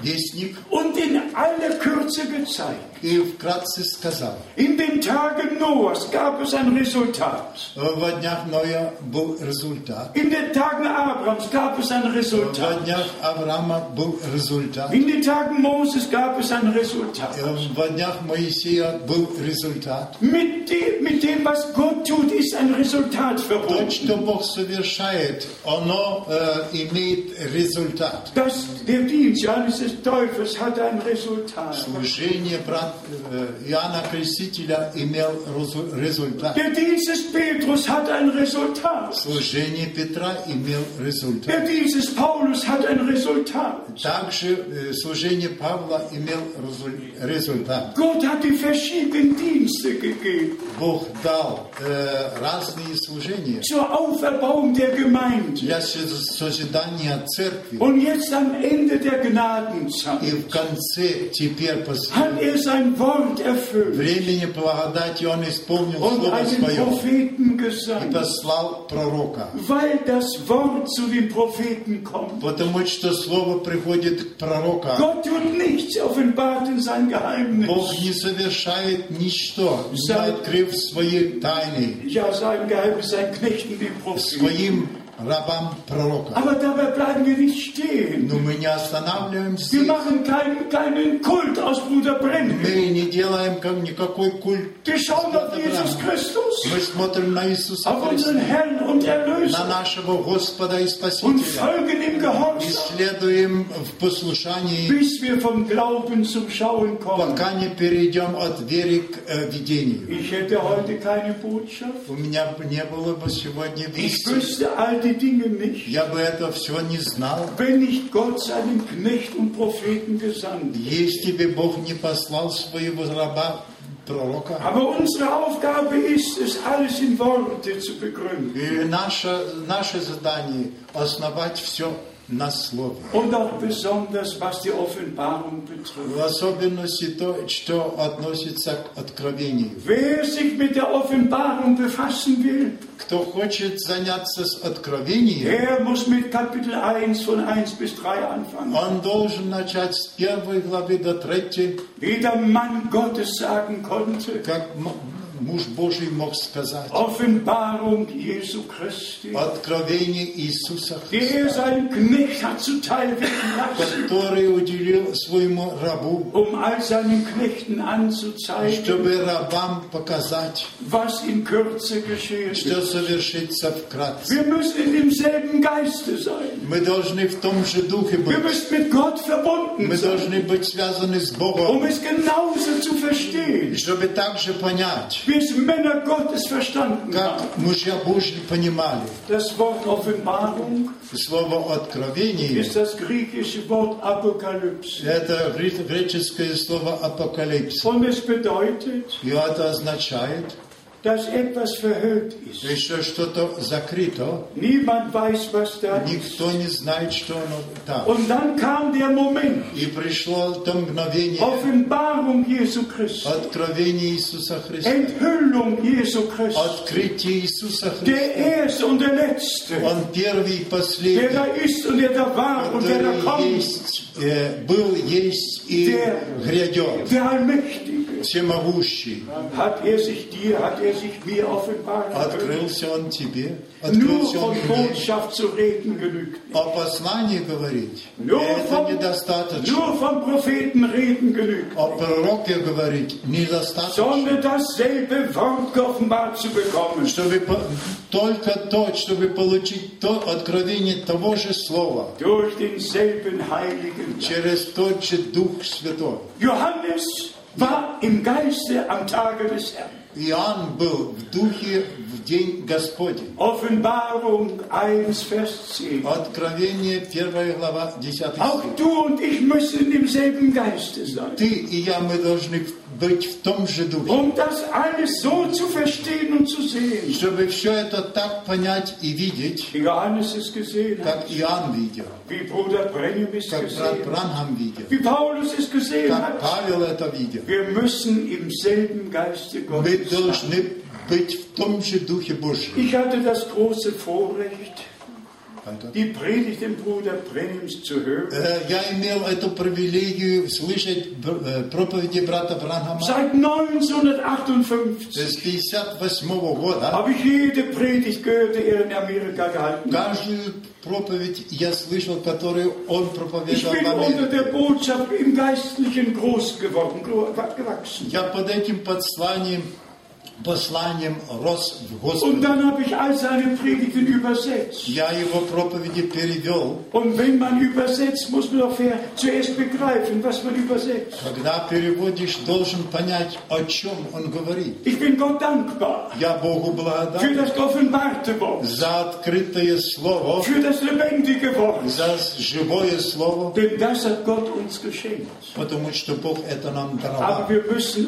вестник
und in aller Kürze gezeigt.
и вкратце сказал.
In den Tagen Noahs gab es ein Resultat.
Во днях Ноя был результат.
In den Tagen Abrams gab es ein
Во
Resultat.
днях Авраама был результат.
In den Tagen Moses gab es ein Resultat.
Э, Во днях Моисея был результат.
Mit dem, mit dem, was Gott tut, ist ein Resultat
То,
verbunden.
что Бог совершает, оно э, имеет результат.
Das, der Dienst eines des Teufels hat ein Resultat.
Служение брата Дан э, Иоанна Крестителя имел резу- результат.
Der Dienst des Petrus hat ein Resultat.
Служение Петра имел результат.
Der Dienst des Paulus hat ein Resultat.
Также э, служение Павла имел резу- результат.
Gott hat die verschiedenen Dienste gegeben
Бог дал э, разные служения
zur Auferbauung der Gemeinde.
для со- созидания церкви.
Und jetzt am Ende der Gnadenzeit
И в конце, теперь, после
hat er sein Wort erfüllt
времени благодати, Он исполнил
und
Слово
einen
Свое
Propheten
и
gesandt,
послал пророка.
weil das Wort zu den Propheten kommt.
Потому что Слово приходит к пророку.
Gott tut nichts offenbart in sein
Бог
Geheimnis.
не совершает ничто, не
Сам-
открыв свои тайны
Ja, sein Geheimnis, sein Knechten, den Propheten.
своим рабам пророка.
Aber dabei bleiben wir nicht stehen.
Но мы не останавливаемся.
Wir
здесь.
machen keinen, keinen Kult aus Bruder Brennen.
Мы не делаем как никакой культ.
Wir schauen auf Jesus Christus,
Мы смотрим на Иисуса
auf unseren
Христа,
Herrn und
на
Erlöser
нашего Господа и
und
Спасителя.
folgen im
И
Gehorsam.
следуем в послушании,
bis wir vom Glauben zum Schauen kommen.
пока не перейдем от веры к э, видению.
Ich hätte heute keine Botschaft.
У меня бы не было бы сегодня
Ich
вести.
wüsste all die Dinge nicht,
Я бы это все не знал.
wenn nicht Gott seinen Knecht und Propheten gesandt hätte.
Если тебе Бог не послал своего раба, пророка,
Aber unsere Aufgabe ist es, alles in Worte zu begründen.
и наше, наше задание основать все на слове.
Und auch besonders, was die Offenbarung betrifft.
В особенности то, что относится к откровению.
Wer sich mit der Offenbarung befassen will,
Кто хочет заняться с откровением,
der muss mit Kapitel 1 von 1 bis 3 anfangen.
он должен начать с первой главы до третьей,
Wie der Mann Gottes sagen konnte,
как м- муж Божий мог сказать.
Offenbarung Jesu Christi.
Откровение Иисуса
der
Христа,
seinen Knecht hat zuteil werden lassen,
который уделил своему рабу,
um all seinen Knechten anzuzeigen,
чтобы рабам показать,
was in Kürze geschehen
что
ist.
совершится вкратце.
Wir müssen in demselben Geiste sein.
Мы должны в том же духе
Wir
быть.
müssen mit Gott verbunden
Мы
sein,
должны быть связаны с
um
Богом,
es genauso zu verstehen,
чтобы также понять,
wie es Männer Gottes verstanden haben.
как мужья Божьи понимали.
Das Wort Offenbarung
Слово «откровение»
ist das griechische Wort
—
Apokalypse.
это гре- греческое слово «апокалипсис».
Und es bedeutet,
И это означает,
dass etwas verhüllt ist.
еще что-то закрыто,
Niemand weiß, was da ist.
никто не знает, что оно там.
Und dann kam der Moment,
И пришло то мгновение
Offenbarung Jesu Christi,
откровения Иисуса Христа,
Enthüllung Jesu Christi,
открытие Иисуса
der
Христа.
Erste und der Letzte,
Он первый и
der
последний.
da ist und der da war und der da
который
kommt,
есть, э, был, есть и
Der-
грядет.
der Allmächtige,
Всемогущий.
hat er sich dir, hat er sich mir offenbart. können.
Открылся он тебе,
Nur
открылся он
von
мне.
Botschaft zu reden genügt nicht.
О послании говорить,
Nur
это
von,
недостаточно.
nur von Propheten reden genügt.
О пророке говорить недостаточно.
Sondern dasselbe Wort offenbart zu bekommen.
Чтобы по- только то, чтобы получить то откровение того же слова
Durch denselben Heiligen Geist.
через тот же Дух Святой.
Johannes war im Geiste am Tage des Herrn.
Иоанн был в Духе в день Господень.
Offenbarung 1, Vers 10.
Откровение, 1 глава, 10
Auch
стих.
du und ich müssen in demselben Geiste sein.
Ты и я, мы должны быть в том же духе,
Um das alles so zu verstehen und zu sehen,
чтобы все это так понять и видеть,
wie Johannes es gesehen hat,
как Иоанн видел,
wie Bruder Brennim es
как брат
gesehen hat,
Бранхам видел,
wie Paulus es gesehen
как
hat.
Павел это видел.
Wir müssen im selben Geiste
Мы
Gottes sein.
должны быть в том же духе Божьем.
Ich hatte das große Vorrecht,
Это-
die Predigt dem Bruder Brennims zu hören.
Э, Я имел эту привилегию слышать бр- э, проповеди брата Бранхама
Seit 1958
с 58 года.
habe ich jede Predigt gehört, die er in Amerika gehalten hat.
Каждую проповедь я слышал, которую он
Ich
проповедовал
bin
в
unter der
Америке.
Botschaft im Geistlichen groß geworden, gro- gewachsen.
Я под этим подсланием посланием рос в
Und
Господе.
dann habe ich all seine Predigten übersetzt.
Я его проповеди перевел.
Und wenn man übersetzt, muss man doch ver- zuerst begreifen, was man übersetzt.
Когда переводишь, должен понять, о чем он говорит.
Ich bin Gott dankbar
Я Богу
für
благодарен
das offenbarte Wort,
за открытое слово,
für das lebendige Wort.
за живое слово,
Denn das hat Gott uns geschenkt.
потому что Бог это нам
Aber
даровал.
wir müssen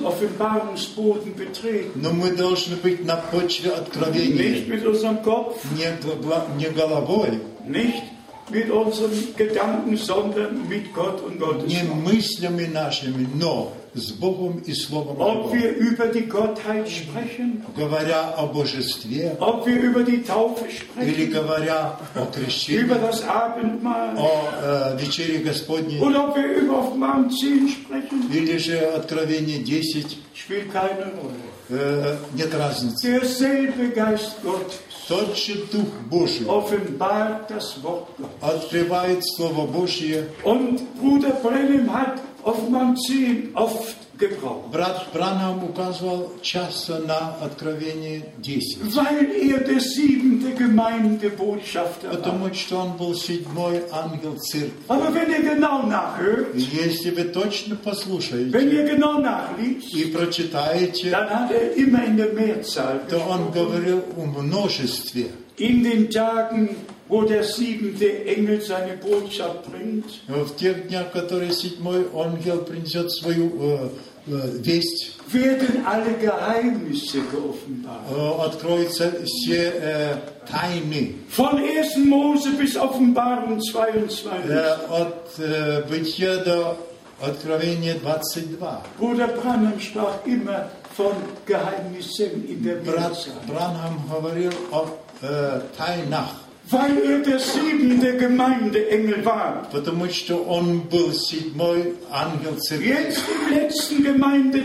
Offenbarungsboden betreten.
Но мы должны быть на почве
Nicht
откровения,
mit unserem Kopf,
не, гла- не головой,
nicht mit unseren Gedanken, sondern mit Gott und Gottes
не
Wort.
мыслями нашими, но с Богом и Словом
Ob
Его.
wir über die Gottheit sprechen,
Говоря о божестве
ob wir über die Taufe
или
sprechen,
говоря о
über
крещении,
das Abendmahl
о э, вечере Господней,
und ob wir über Offenbarung 10 sprechen,
или же Откровение 10,
spielt keine Rolle.
э, нет разницы.
Derselbe Geist Gottes
Тот же Дух Божий
offenbart das Wort Gottes.
открывает Слово Божье.
Und Bruder Brennim hat Offenbarung 10 oft gebraucht,
Брат Бранхам указывал часто на Откровение 10,
weil er der siebente Gemeindebotschafter war.
потому что он был седьмой ангел церкви.
Aber wenn ihr genau nachhört,
Если вы точно послушаете
wenn ihr genau nachliest,
и прочитаете
dann hat er immer in der Mehrzahl
то
gesprochen.
он говорил о множестве
In den Tagen, wo der siebente Engel seine Botschaft bringt,
в тех днях, которые седьмой ангел принесет свою э, э, весть,
werden alle Geheimnisse geoffenbart.
э, откроются все э, тайны
Von 1. Mose bis Offenbarung
э,
22.
от э, бытия до Откровения 22.
Bruder Branham sprach immer von Geheimnissen in der
Брат
Mehrzahl,
Бранхам говорил о э, тайнах,
weil er der siebente Gemeindeengel war.
потому что он был седьмой ангел церкви.
Jetzt im letzten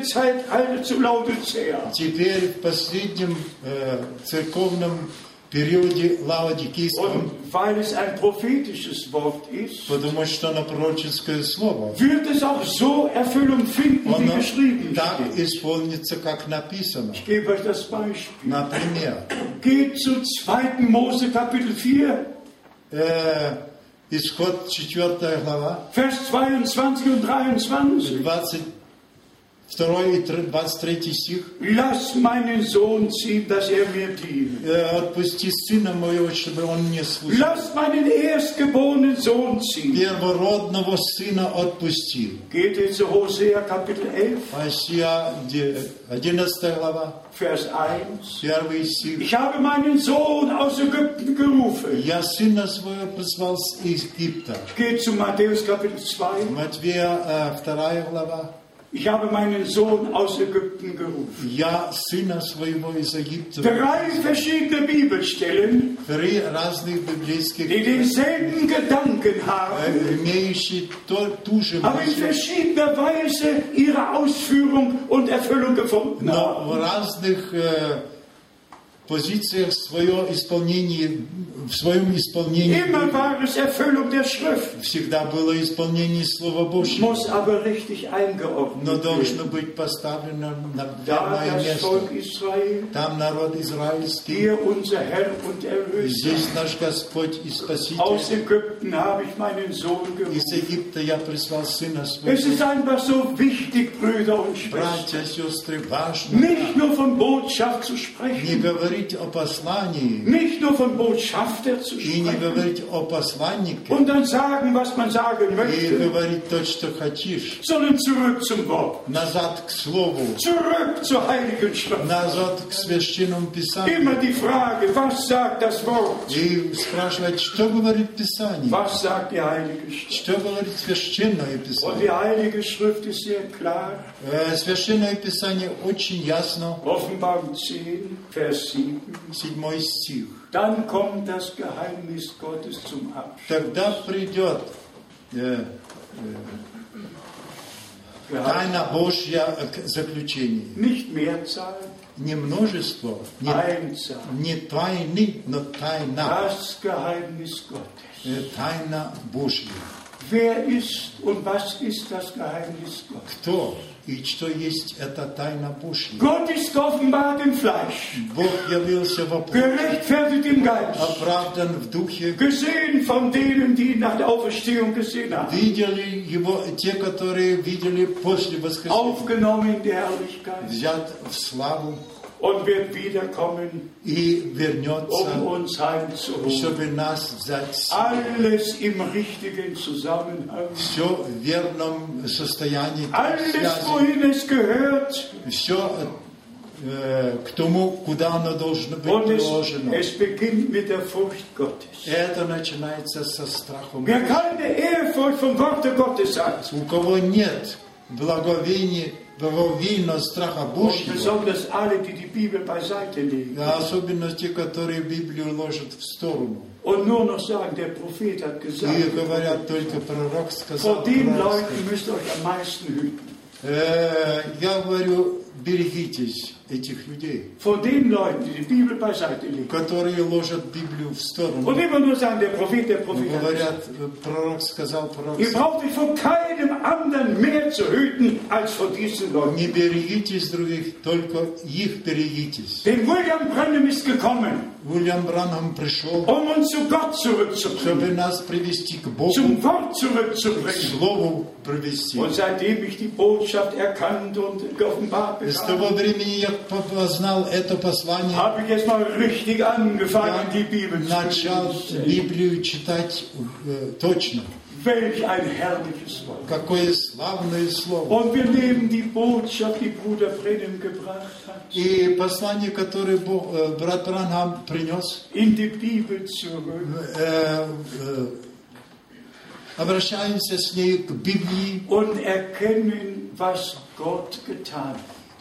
Gemeindezeitalter zu Laodicea
Теперь в последнем э, церковном периоде Лаодикийском
Und weil es ein prophetisches Wort ist,
Потому что оно пророческое слово.
wird es auch so Erfüllung finden, wie
Оно
geschrieben
так
steht.
исполнится, как написано.
Ich gebe euch das Beispiel.
Например,
Geht zu 2. Mose Kapitel 4,
э, Исход 4 глава,
Vers 22 und 23.
22 и тр- 23 стих.
Lass meinen Sohn ziehen, dass er mir diene.
Э, «Отпусти сына моего, чтобы он мне служил.
Lass meinen erstgeborenen Sohn ziehen.
Первородного сына отпусти».
Geht jetzt zu Hosea Kapitel 11,
Осия, де- 11 глава,
Vers 1.
1 стих.
Ich habe meinen Sohn aus Ägypten gerufen.
«Я сына своего призвал с Египта».
Geht zu Matthäus Kapitel 2.
Матвея, э, 2 глава,
Ich habe meinen Sohn aus Ägypten gerufen.
Я сына своего из Египта.
Drei verschiedene Bibelstellen,
Три разных
die
библейских,
denselben Gedanken haben,
э, имеющие то, ту же
aber in
мысль,
verschiedener Weise ihre Ausführung und Erfüllung gefunden
но
haben.
в разных э, позициях в свое исполнение, в своем
Immer
исполнении
war es Erfüllung der Schrift,
всегда было исполнение Слова Божьего,
muss aber richtig
но
eingeordnet werden.
должно быть поставлено на
Da
верное
das Volk
место.
Israel,
Там народ израильский,
hier unser Herr und Erlöser,
здесь наш Господь и
aus
Спаситель.
Ägypten habe ich meinen Sohn
Из
gerufen.
Египта я прислал сына
Es
своего.
ist einfach so wichtig, Brüder und Schwestern,
Братья, сестры, важно
nicht nur von Botschaft zu
не
sprechen,
говорить о послании
nicht nur von Botschafter zu
и не
sprechen,
говорить о посланнике
und dann sagen, was man sagen
и
möchte,
говорить то, что хочешь.
sondern zurück zum Wort,
Назад к Слову,
zurück zur Heiligen Schrift.
назад к Священному
Immer
Писанию
die Frage, was sagt das Wort?
и спрашивать, что говорит Писание,
Was sagt die Heilige Schrift?
что говорит Священное
Und
Писание.
die Heilige Schrift ist sehr klar.
Э, Священное Писание очень ясно,
Offenbarung 10, Vers 7.
седьмой стих.
Dann kommt das Geheimnis Gottes zum Abschluss.
Тогда придет э, тайна Божья к заключению.
Nicht Mehrzahl,
Не множество, не,
Einzahl.
не тайны, но тайна.
Das Geheimnis Gottes.
Э, тайна Божья.
Wer ist und was ist das Geheimnis Gottes?
Кто и что есть эта тайна Божья?
Gott ist offenbart im Fleisch,
Бог явился во плоти,
gerechtfertigt im Geist,
оправдан в духе.
gesehen von denen, die ihn nach der Auferstehung gesehen haben,
Видели его те, которые видели после воскресения.
aufgenommen in die Herrlichkeit
Взят в славу
und wird wiederkommen,
и
um
вернется,
uns heimzuholen.
чтобы нас взять.
А-, Alles im richtigen Zusammenhang,
Все в верном состоянии.
alles, wohin es gehört,
Все э, к тому, куда оно должно быть
und es,
приложено.
es beginnt mit der Furcht Gottes.
Это начинается со страхом.
Wer keine Ehrfurcht vom Worte Gottes hat,
У кого нет благовения, благовейного страха
und
Божьего,
besonders alle, die die Bibel beiseite legen
а особенно те, которые Библию ложат в сторону,
und nur noch sagen, der Prophet hat gesagt,
и говорят только пророк сказал.
vor den
пророк
Leuten
сказал».
müsst ihr euch am meisten hüten.
Э, Я говорю, берегитесь этих людей,
Vor den Leuten, die die Bibel beiseite legen
которые ложат Библию в сторону.
und immer nur sagen, der Prophet, der Prophet hat gesagt.
Говорят, э, пророк сказал, пророк
Ihr
сказал.
braucht euch vor keinem anderen mehr zu hüten als vor diesen Leuten.
Не берегитесь других, только их берегитесь.
Denn William Branham ist gekommen,
Уильям Бранхам пришел,
um uns zu Gott zurückzubringen,
чтобы нас привести к Богу,
zum Wort
к
zurückzubringen.
Слову привести.
Und seitdem ich die Botschaft erkannt und geoffenbart
С
bekam,
того времени я познал это послание,
habe ich jetzt mal richtig angefangen, die Bibel
начал
zu lesen.
Библию читать э, точно.
Welch ein herrliches Wort.
Какое славное слово.
Und wir nehmen die Botschaft, die Bruder Brennan gebracht hat,
И послание, которое Бог, э, брат Бранхам принес,
in die Bibel zurück
э, э, обращаемся с ней к Библии
und erkennen, was Gott getan hat.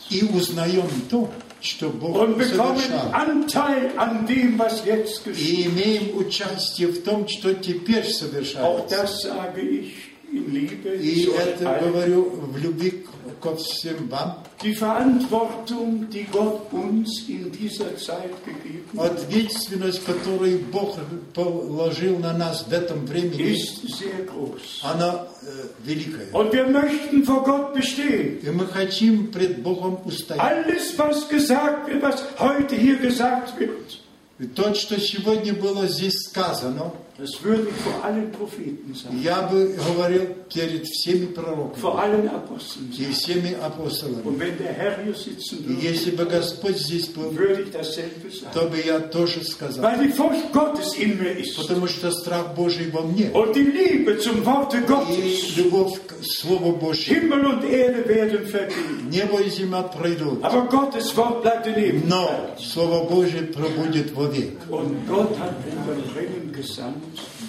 и узнаем то, что Бог
Und bekommen
совершал.
Anteil an dem, was jetzt geschieht.
И имеем участие в том, что теперь
Auch
совершается.
das sage ich in Liebe
И
zu euch
это
allen.
говорю в любви к- ко всем вам.
Die Verantwortung, die Gott uns in dieser Zeit gegeben hat,
Ответственность, которую Бог положил на нас в этом времени,
ist sehr groß.
она э, великая.
Und wir möchten vor Gott bestehen.
И мы хотим пред Богом устоять.
Alles, was gesagt wird, was heute hier gesagt wird,
И то, что сегодня было здесь сказано,
das würde ich vor allen Propheten sagen,
я бы говорил перед всеми пророками
vor allen Aposteln sagen.
и всеми апостолами.
Und wenn der Herr hier sitzen
И
würde,
если бы Господь здесь был,
würde ich dasselbe sagen.
то бы я тоже сказал.
Weil die Furcht Gottes in mir ist
Потому что страх Божий во мне.
und die Liebe zum Worte
И
Gottes.
любовь к Слову Божьему.
Himmel und Erde werden vergehen,
Небо и земля пройдут,
aber Gottes Wort bleibt in Ewigkeit.
но Слово Божье пробудет вовек.
Und Gott hat Bruder Brennan gesandt,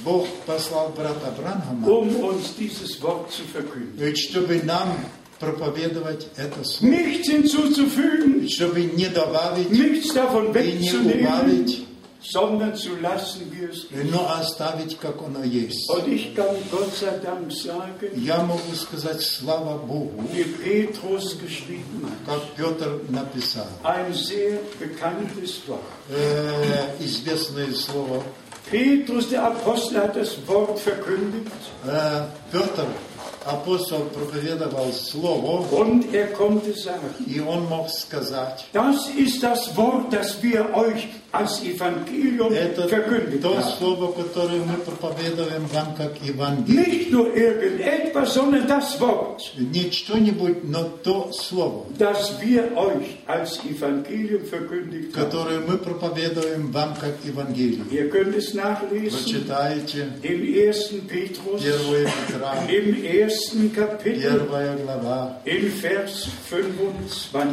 Бог послал брата Бранхама,
um uns dieses Wort zu verkünden.
ведь чтобы нам проповедовать это Слово,
Nichts hinzuzufügen,
чтобы не добавить,
nichts davon
и не убавить,
wegzunehmen, sondern zu lassen, wie es ist.
но оставить, как оно есть.
Und ich kann Gott sei Dank sagen,
Я могу сказать слава Богу,
wie Petrus geschrieben hat,
как Петр написал.
ein sehr bekanntes Wort.
Э, известное слово.
Petrus, der Apostel, hat das Wort verkündigt
Э, Петр, апостол, проповедовал слово,
und er konnte sagen,
и он мог сказать,
das ist das Wort, das wir euch als Evangelium
Это
verkündigt
то
haben.
слово, которое мы проповедуем вам как Евангелие.
Nicht nur irgendetwas, sondern das Wort,
Не что-нибудь, но то слово,
das wir euch als Evangelium verkündigt haben.
которое мы проповедуем вам как Евангелие.
Ihr könnt es nachlesen
Прочитайте
im 1. Petrus,
1 Петра,
im ersten Kapitel,
1 глава,
im Vers 25.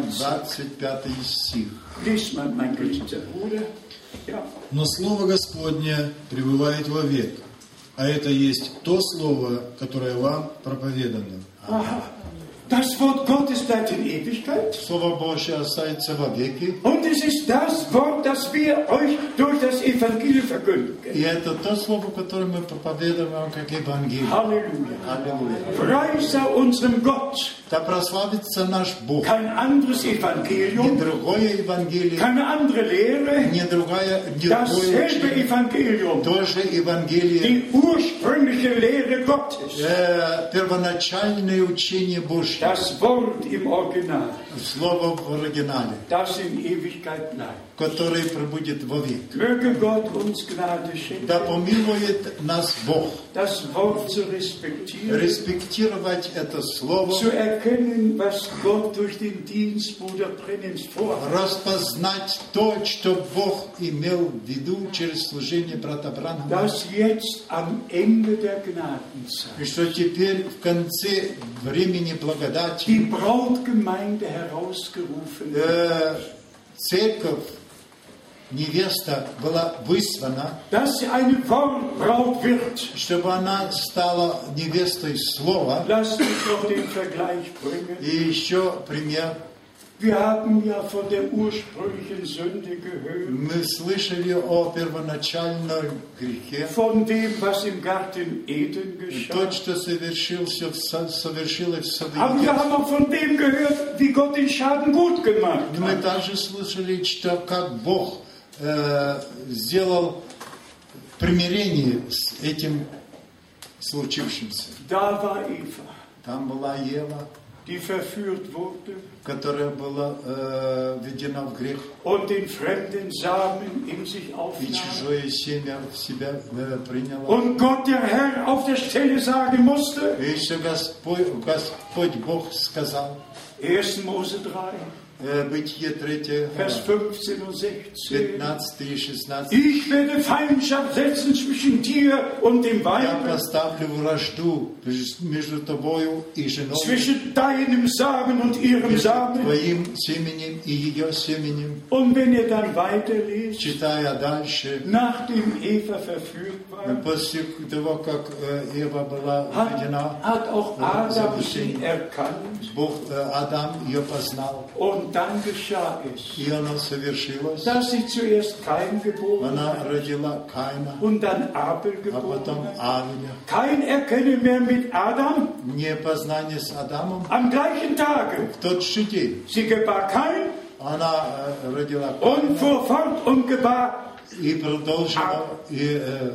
25 стих.
Lies mal, mein geliebter Bruder. Ja.
Но Слово Господне пребывает вовек, а это есть то Слово, которое вам проповедано.
Aha. Das Wort Gottes bleibt in Ewigkeit.
Słowo Boże остается во веки.
Und es ist das Wort, das wir euch durch das Evangelium verkündigen.
И это то слово, которое мы проповедуем вам как Евангелие.
Halleluja.
Аллилуйя.
Preis sei unserem Gott.
Да прославится наш Бог.
Kein anderes
Не
Evangelium,
другое Евангелие,
keine andere Lehre.
не другая, не другое
Dasselbe
учение.
Evangelium.
Тоже Евангелие.
Die ursprüngliche Lehre Gottes.
Э, первоначальное учение Божье.
Das Wort im Original,
Слово в оригинале,
das in Ewigkeit bleibt.
которое пробудет вовек.
Möge Gott uns Gnade
Да
schenken,
помилует нас Бог.
das Wort zu respektieren.
Респектировать это слово,
zu erkennen, was Gott durch den Dienst Bruder Brennens vorhat.
распознать то, что Бог имел в виду через служение брата Бранхама.
Dass jetzt am Ende der Gnadenzeit
И что теперь в конце времени благодати
die Brautgemeinde herausgerufen wird,
э, церковь, невеста была вызвана,
dass sie eine Wortbraut wird.
чтобы она стала невестой слова.
Lasst mich noch den Vergleich bringen.
И еще пример.
Wir haben ja von der ursprünglichen Sünde gehört,
Мы слышали о первоначальном грехе,
von dem, was im Garten Eden geschah.
то, что совершился в Са- совершилось в саду.
Aber wir
Едем.
haben auch von dem gehört, wie Gott den Schaden gut gemacht
И Мы
hat.
также слышали, что как Бог э, сделал примирение с этим случившимся.
Da war Eva,
Там была Ева,
die verführt wurde.
которая была э, введена в грех,
und den fremden Samen in sich
и
aufnahm.
чужое семя в себя э, приняла.
Und Gott, der Herr, auf der Stelle sagen musste,
И еще Господь, Господь Бог сказал,
1. Mose 3,
э, Бытие 3,
Vers 15 und 16,
15 и 16.
ich werde Feindschaft setzen zwischen dir und dem
А Я
Weib,
поставлю вражду между тобою и женой,
zwischen deinem Samen und ihrem Samen.
твоим семенем и ее семенем.
Und wenn ihr dann weiterlest,
Читая а дальше,
nachdem Eva verführt war,
после того, как э, Ева
А?
была
hat,
введена,
hat auch Adam sie erkannt.
Бог, э, Адам ее познал,
Und dann geschah es,
и оно совершилось.
dass sie zuerst Kain geboren
Она
hat.
родила Каина,
und dann Abel
а потом
geboren. hat.
Авеля.
Kein Erkennen mehr mit Adam
Не познание с Адамом.
am gleichen Tage.
В тот же день
Sie gebar Kain
она э, родила
und
Каина
fuhr fort und gebar
и продолжила, и э,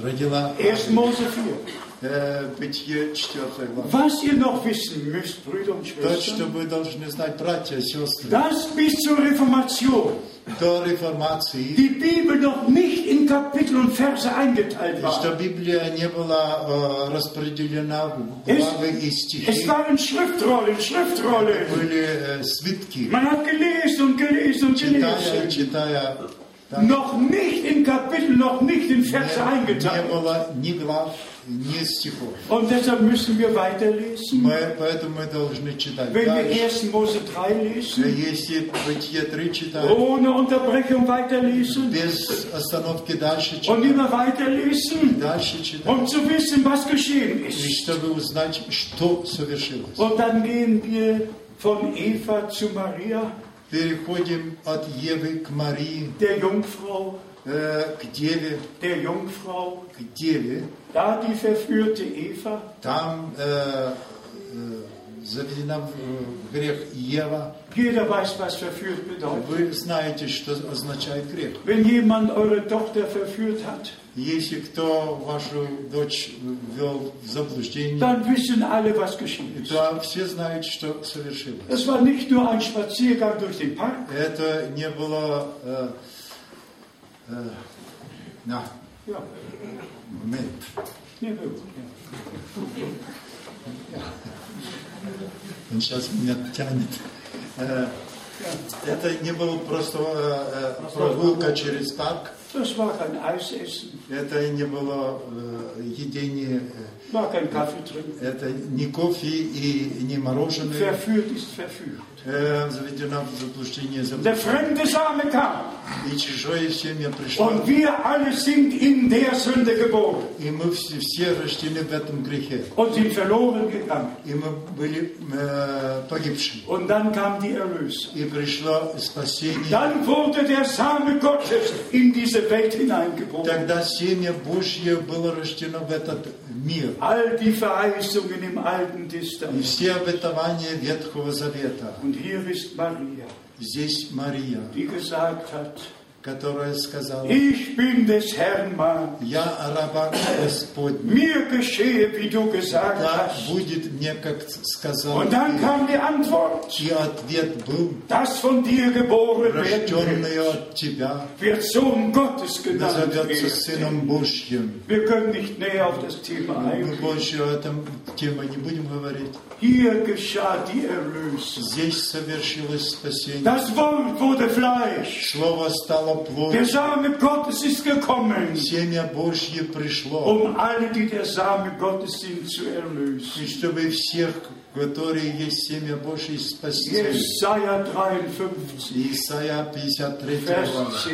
э, родила
1. Mose 4.
Э, Бытие 4 глава.
Was ihr noch wissen müsst, Brüder und
То, что
Schwestern,
вы должны знать, братья и сестры,
dass bis zur Reformation
до реформации,
die Bibel noch nicht in Kapitel und Verse eingeteilt
и
war.
что Библия не была э, распределена в главы и
Es
стихи,
waren Schriftrollen, Schriftrollen.
были э, свитки,
Man hat gelesen und gelesen und
читая,
gelesen.
читая, там
Noch nicht in Kapitel, noch nicht in
не,
Verse
не
eingeteilt.
было ни глав, ни стихов.
Und deshalb müssen wir weiterlesen.
Мы, поэтому мы должны читать
Wenn wir
дальше. Э,
1. Mose 3 lesen,
Если Бытие 3 читать,
ohne Unterbrechung weiterlesen
без остановки дальше
und
читать,
immer weiterlesen,
дальше читать,
um zu wissen, was geschehen
и
ist.
чтобы узнать, что совершилось.
Und dann gehen wir von Eva zu Maria,
Переходим от Евы к Марии,
der Jungfrau,
э, к Деве,
der Jungfrau,
к Деве.
da die verführte Eva,
Там э, э, заведена в в грех Ева.
jeder weiß, was verführt bedeutet.
Вы знаете, что означает грех.
Wenn jemand eure Tochter verführt hat,
Если кто вашу дочь ввел в заблуждение,
dann wissen alle, was geschehen ist.
то все знают, что совершилось.
Das war nicht nur ein Spaziergang durch den Park,
Это не было... э, э, на,
ja,
момент.
nee, nee, nee.
Он сейчас меня тянет. Э, Это не было просто э, э, прогулка через парк.
Das war kein Eisessen,
Это не было э, едение, э,
war kein Kaffee trinken.
это не кофе и не мороженое.
Verführt ist verführt.
Э, Заведена в заблуждение
Der
заблуждение.
fremde Same kam
И чужое семя пришло.
und wir alle sind in der Sünde geboren
И мы все, все рождены в этом грехе.
und sind verloren gegangen.
И мы были э, погибшими.
Und dann kam die Erlösung.
И пришло спасение.
Dann wurde der Same Gottes in diese Welt hineingeboren.
Тогда семя Божье было рождено в этот мир.
All die Verheißungen im Alten
И
Testament.
все обетования Ветхого Завета.
Und hier ist Maria,
Здесь Мария,
die gesagt hat,
которая сказала,
ich bin des Herrn Mann.
я раба Господня.
Mir geschehe, wie du gesagt
Да
hast.
будет мне, как сказал.
Und dann
ты».
kam die Antwort,
И ответ был,
das von dir geboren werden wird,
рожденный от тебя,
wird Sohn Gottes genannt
назовется
werden.
Сыном Божьим.
Wir können nicht näher auf das Thema
Мы
eingehen.
больше о этом теме не будем говорить.
Hier geschah die Erlösung.
Здесь совершилось спасение.
Das Wort wurde Fleisch.
Слово стало
Der
плотью.
Same Gottes ist gekommen,
Семя Божье пришло.
um alle, die der Same Gottes sind, zu erlösen.
И чтобы всех, которые есть семя Божье, спасти.
Jesaja 53,
Исайя 53 глава,
Vers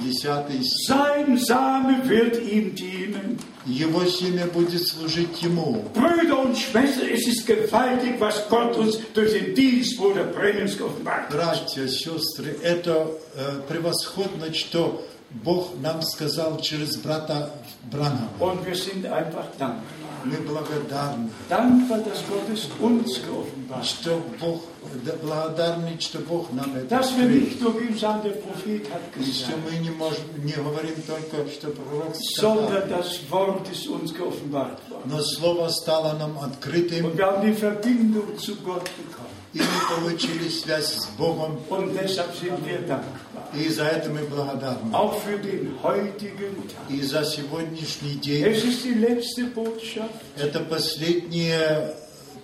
10.
10 стих.
Sein Same wird ihm dienen.
Его семя будет служить ему.
Brüder und Schwestern, es ist gewaltig, was Gott uns durch den Dienst Bruder Brennens gemacht hat.
Братья, сестры, это э, превосходно, что Бог нам сказал через брата Бранхама.
Und wir sind einfach dankbar.
Мы благодарны,
Dankbar, dass Gott es uns geoffenbart hat.
что Бог, да, благодарны, что Bог нам это
Dass wir
открыл.
nicht nur ihm sagen, der Prophet hat
И что
gesagt,
мы не, можем, не говорим только, что пророк сказал.
sondern das Wort ist uns geoffenbart worden.
Но слово стало нам
Und
открытым,
wir haben die Verbindung zu Gott bekommen.
и мы получили связь с Богом,
Und deshalb sind wir dankbar.
и за это мы благодарны.
Auch für den heutigen Tag.
И за сегодняшний день
Es ist die letzte Botschaft
это последняя,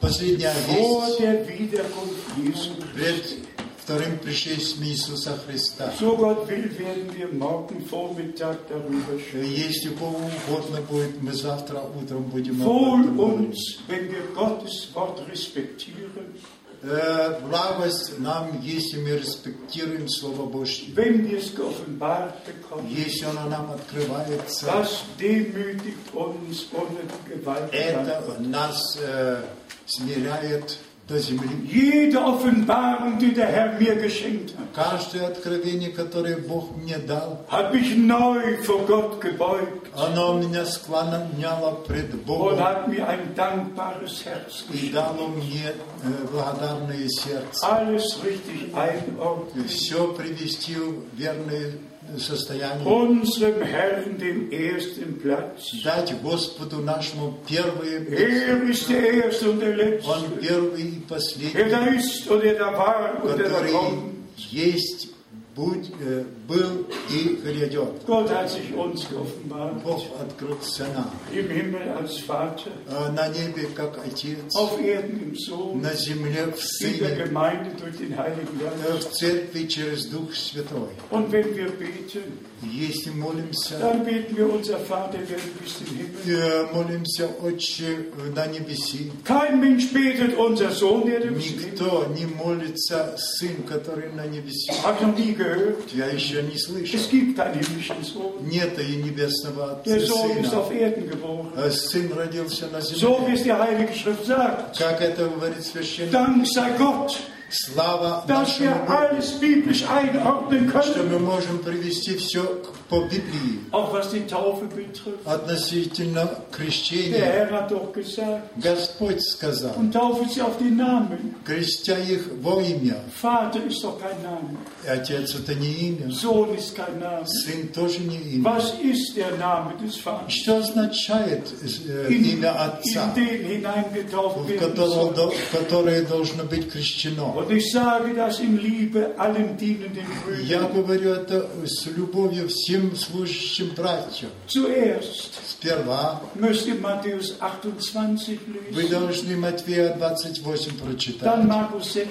последняя
vor
весть
der Wiederkunft Jesu
пред
Christi.
вторым пришествием Иисуса Христа.
So Gott will, werden wir morgen Vormittag darüber sprechen.
Если Богу угодно будет, мы завтра утром будем об
Wohl
этом говорить.
uns, wenn wir Gottes Wort respektieren,
Э, Благость нам, если мы респектируем Слово Божье.
wenn wir es geoffenbart bekommen.
Если оно нам открывается,
Das demütigt uns ohne Gewalt.
это нас э, смиряет до земли.
Jede Offenbarung, die der Herr mir geschenkt hat,
Каждое откровение, которое Бог мне дал,
hat mich neu vor Gott gebeugt
оно меня склоняло пред
und
Богом.
hat mir ein dankbares Herz
и
geschenkt.
дало мне э, благодарное сердце.
Alles richtig einordnen.
Все привести в верное э, состояние.
Unserem Herrn den ersten Platz.
Дать Господу нашему первое место.
Er ist der Erste und der
Он
Letzte.
первый и
Er da
последний,
ist und er da war und er da
который
kommt.
есть, будь, э, был и придет.
Gott hat sich uns geoffenbart.
Бог открылся нам.
Im Himmel als Vater,
Э, На небе как Отец,
auf Erden im Sohn,
на земле в
in der
Сыне,
Gemeinde durch den Heiligen
э,
Geist.
в церкви через Дух Святой.
Und wenn wir beten,
Если молимся,
Dann beten wir unser Vater, der du bist im Himmel.
э, молимся Отче на небеси,
Kein Mensch betet unser Sohn, der du bist im Himmel.
Никто не молится Сын, который на небесах.
Hab ich noch nie gehört.
Я еще не слышал.
Es gibt keinen himmlischen Sohn.
Нет и небесного Отца
Der Sohn ist auf
Сына.
Erden geboren.
А Сын родился на
So wie
земле.
es die Heilige Schrift sagt.
Как это говорит священник?
Dank sei Gott,
Слава
dass
нашему
wir
Богу,
alles biblisch einordnen
что
können.
мы можем привести все к, по Библии.
Auch was die Taufe betrifft.
Относительно
Der
крещения.
Herr hat doch gesagt,
Господь сказал,
und taufe sie auf den Namen.
крестя их во имя.
Vater ist doch kein Name.
Отец это не имя.
Sohn ist kein Name.
Сын тоже не имя.
Was ist der Name des Vaters?
Что означает э,
in,
имя
in
Отца?
den hineingetauft
в
werden
которого,
soll.
до- в которое должно быть крещено.
Und ich sage das in Liebe allen dienenden
Я
Brüdern.
говорю это с любовью всем святым служащим братьям.
Zuerst
Сперва
möchte ich Matthäus 28
вы
lesen,
должны Матфея 28
dann
прочитать,
Markus 16,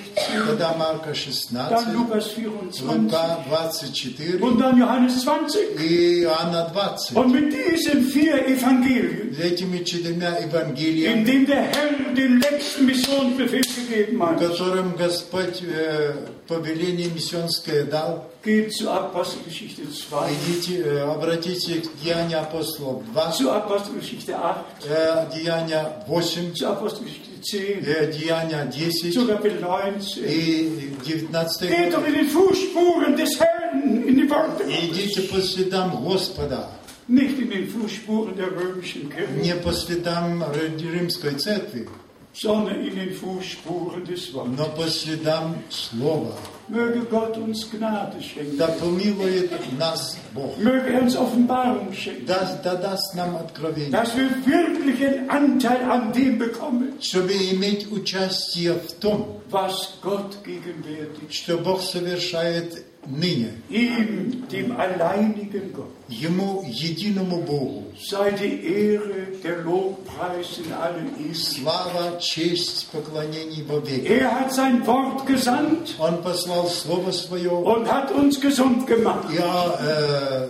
тогда Марка
dann
16,
Lukas 24
Лука 24
und dann Johannes 20.
и Иоанна 20.
Und mit diesen vier Evangelien,
Этими четырьмя
in
Евангелиями,
denen der Herr den letzten Missionsbefehl gegeben hat,
которым Господь э, повеление миссионское дал,
geht zu Apostelgeschichte 2,
идите, э, обратите к Деянию апостолов 2,
zu Apostelgeschichte 8,
э, Деяния 8,
zu Apostelgeschichte 10,
э, Деяния
zu
10
Kapitel 19.
и
Geht
19
doch in den Fußspuren des Herrn, in die Worte.
Идите
Gottes.
по следам Господа,
Nicht in den Fußspuren der römischen Kirche,
не по следам Ры- Римской Церкви,
sondern in den Fußspuren des Wortes.
но по следам Слова.
Möge Gott uns Gnade schenken.
Да помилует нас Бог.
Möge er uns Offenbarung schenken.
Да, да даст нам откровение,
Dass wir wirklich einen Anteil an dem bekommen,
чтобы иметь участие в том,
was Gott gegenwärtig
что Бог совершает ныне.
Ihm, dem alleinigen Gott,
Ему, единому Богу,
sei die Ehre, der Lobpreis in allen Isen.
слава, честь, поклонение во веки.
Er hat sein Wort gesandt
Он послал Слово Свое
und hat uns gesund gemacht.
и э, э,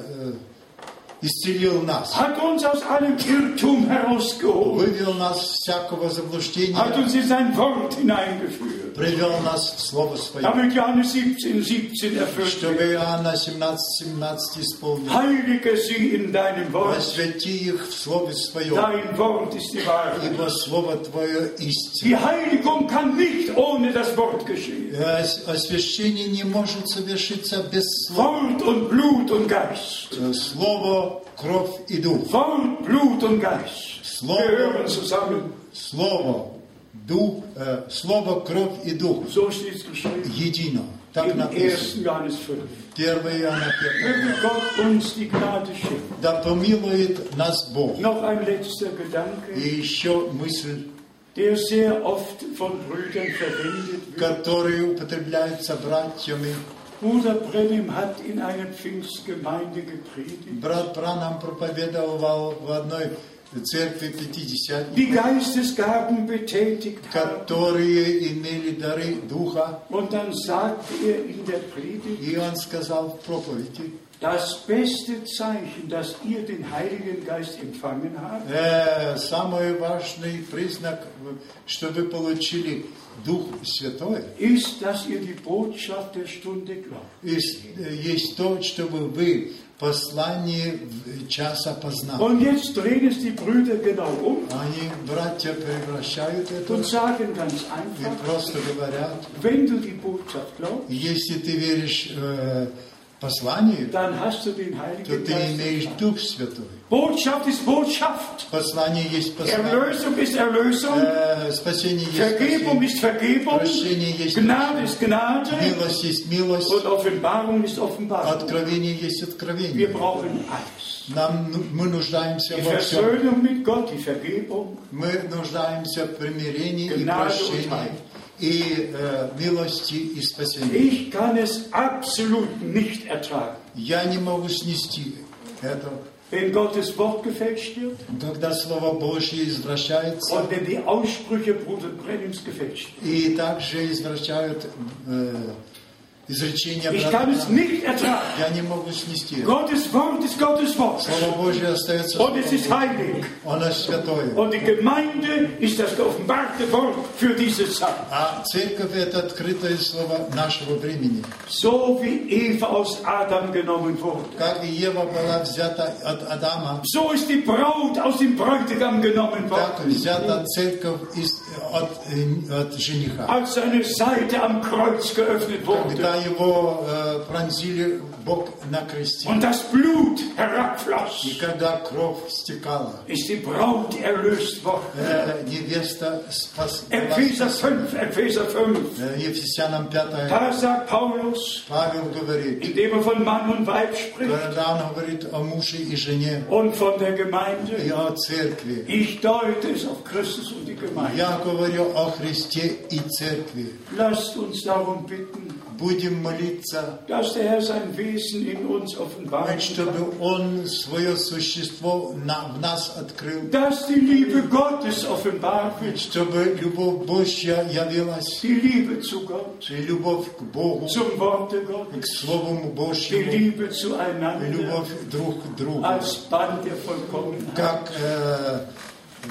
исцелил нас,
Hat uns aus allem Irrtum herausgeholt.
вывел нас из всякого
Hat
заблуждения,
uns in sein Wort hineingeführt.
привел нас в Слово Свое,
Damit Johannes 17, 17 erfüllt
чтобы
wird.
Иоанна 17, 17 исполнил.
Heilige sie in deinem Wort.
Посвяти их в Слове Своем,
Dein Wort ist die Wahrheit.
ибо Слово Твое истина.
Die Heiligung kann nicht ohne das Wort geschehen.
Ос- Освящение не может совершиться без слова.
Wort und Blut und Geist.
Э, Слово, кровь и дух.
Wort, Blut und Geist gehören zusammen.
Слово, дух, э, слово, кровь и дух
So steht es geschrieben
едино. Так
im 1.
написано.
Johannes 5.
1 Иоанna 1.
Möge Gott uns die Gnade schenken.
Да помилует нас Бог.
Noch ein letzter
И
Gedanke,
еще мысль,
der sehr oft von Brüdern verwendet wird.
которая употребляется братьями.
Bruder Brenim hat in einer Pfingstgemeinde gepredigt.
Брат Пранам проповедовал в одной церкви 50,
Die Geistesgaben betätigt haben.
которые имели дары Духа.
Und dann sagte er in der Predigt,
И он сказал в проповеди,
Das beste Zeichen, dass ihr den Heiligen Geist empfangen habt,
«Э, самый важный признак, что вы получили Дух Святой,
ist, dass ihr die Botschaft der Stunde glaubt.
есть, э, есть то, чтобы вы послание в- часа познали.
Und jetzt drehen es die Brüder genau um
Они, братья, превращают это
und sagen ganz
и
einfach,
просто говорят,
wenn du die Botschaft glaubst,
если ты веришь э, посланию,
dann hast du den
то
Heiligen
ты
Geist.
имеешь
empfangen.
Дух Святой.
Botschaft ist Botschaft.
Послание есть послание.
Erlösung ist Erlösung.
Э, спасение есть
Vergebung
спасение.
ist Vergebung.
Прощение есть
Gnade ist Gnade.
Милость есть милость.
Und Offenbarung ist Offenbarung.
Откровение есть
Wir
откровение.
brauchen alles.
Нам, ну- мы нуждаемся
Die
во всем.
Versöhnung mit Gott, die Vergebung,
Мы нуждаемся в примирении и
Gnade
прощении, и э, милости, и спасении.
Ich kann es absolut nicht ertragen,
Я не могу снести это.
wenn Gottes Wort gefälscht wird
Когда Слово Божье извращается,
und wenn die Aussprüche Bruder Brennims gefälscht
и также извращают э, изречения
werden. Ich kann es
брата,
nicht ertragen.
я не могу снести это.
Gottes Wort ist Gottes Wort
Слово Божье остается,
und es
Словом
ist
Божьим.
heilig.
оно святое.
Und die Gemeinde ist das geoffenbarte Wort für diese Zeit.
А церковь – это открытое слово нашего времени.
So wie Eva aus Adam genommen wurde,
Как и Ева была взята от Адама,
so ist die Braut aus dem Bräutigam genommen
так
worden,
взята церковь из, от, э, от жениха.
als seine Seite am Kreuz geöffnet wurde
Когда его э, пронзили Бог на кресте,
und das Blut
и
herabfloss.
когда кровь стекала,
ist die Braut erlöst worden.
э, невеста спас- была
Epheser
спасена.
5, Epheser 5.
Э, Ефесянам 5
Da sagt Paulus,
Павел говорит,
indem er von Mann und Weib spricht
когда он говорит о муже и жене,
und von der
и
Gemeinde,
о церкви,
ich deute es auf Christus und die Gemeinde.
я говорю о Христе и церкви.
Lasst uns darum bitten,
будем молиться,
dass der Herr sein Wesen in uns offenbaren kann.
чтобы Он свое существо на- в нас открыл,
Dass die Liebe Gottes offenbart wird.
чтобы любовь Божья явилась,
Die Liebe zu Gott,
и любовь к Богу,
zum Worte
к
Gottes.
Слову
Die
Божьему,
Liebe
и
zueinander
любовь друг к другу,
als Band der Vollkommenheit.
как э, э,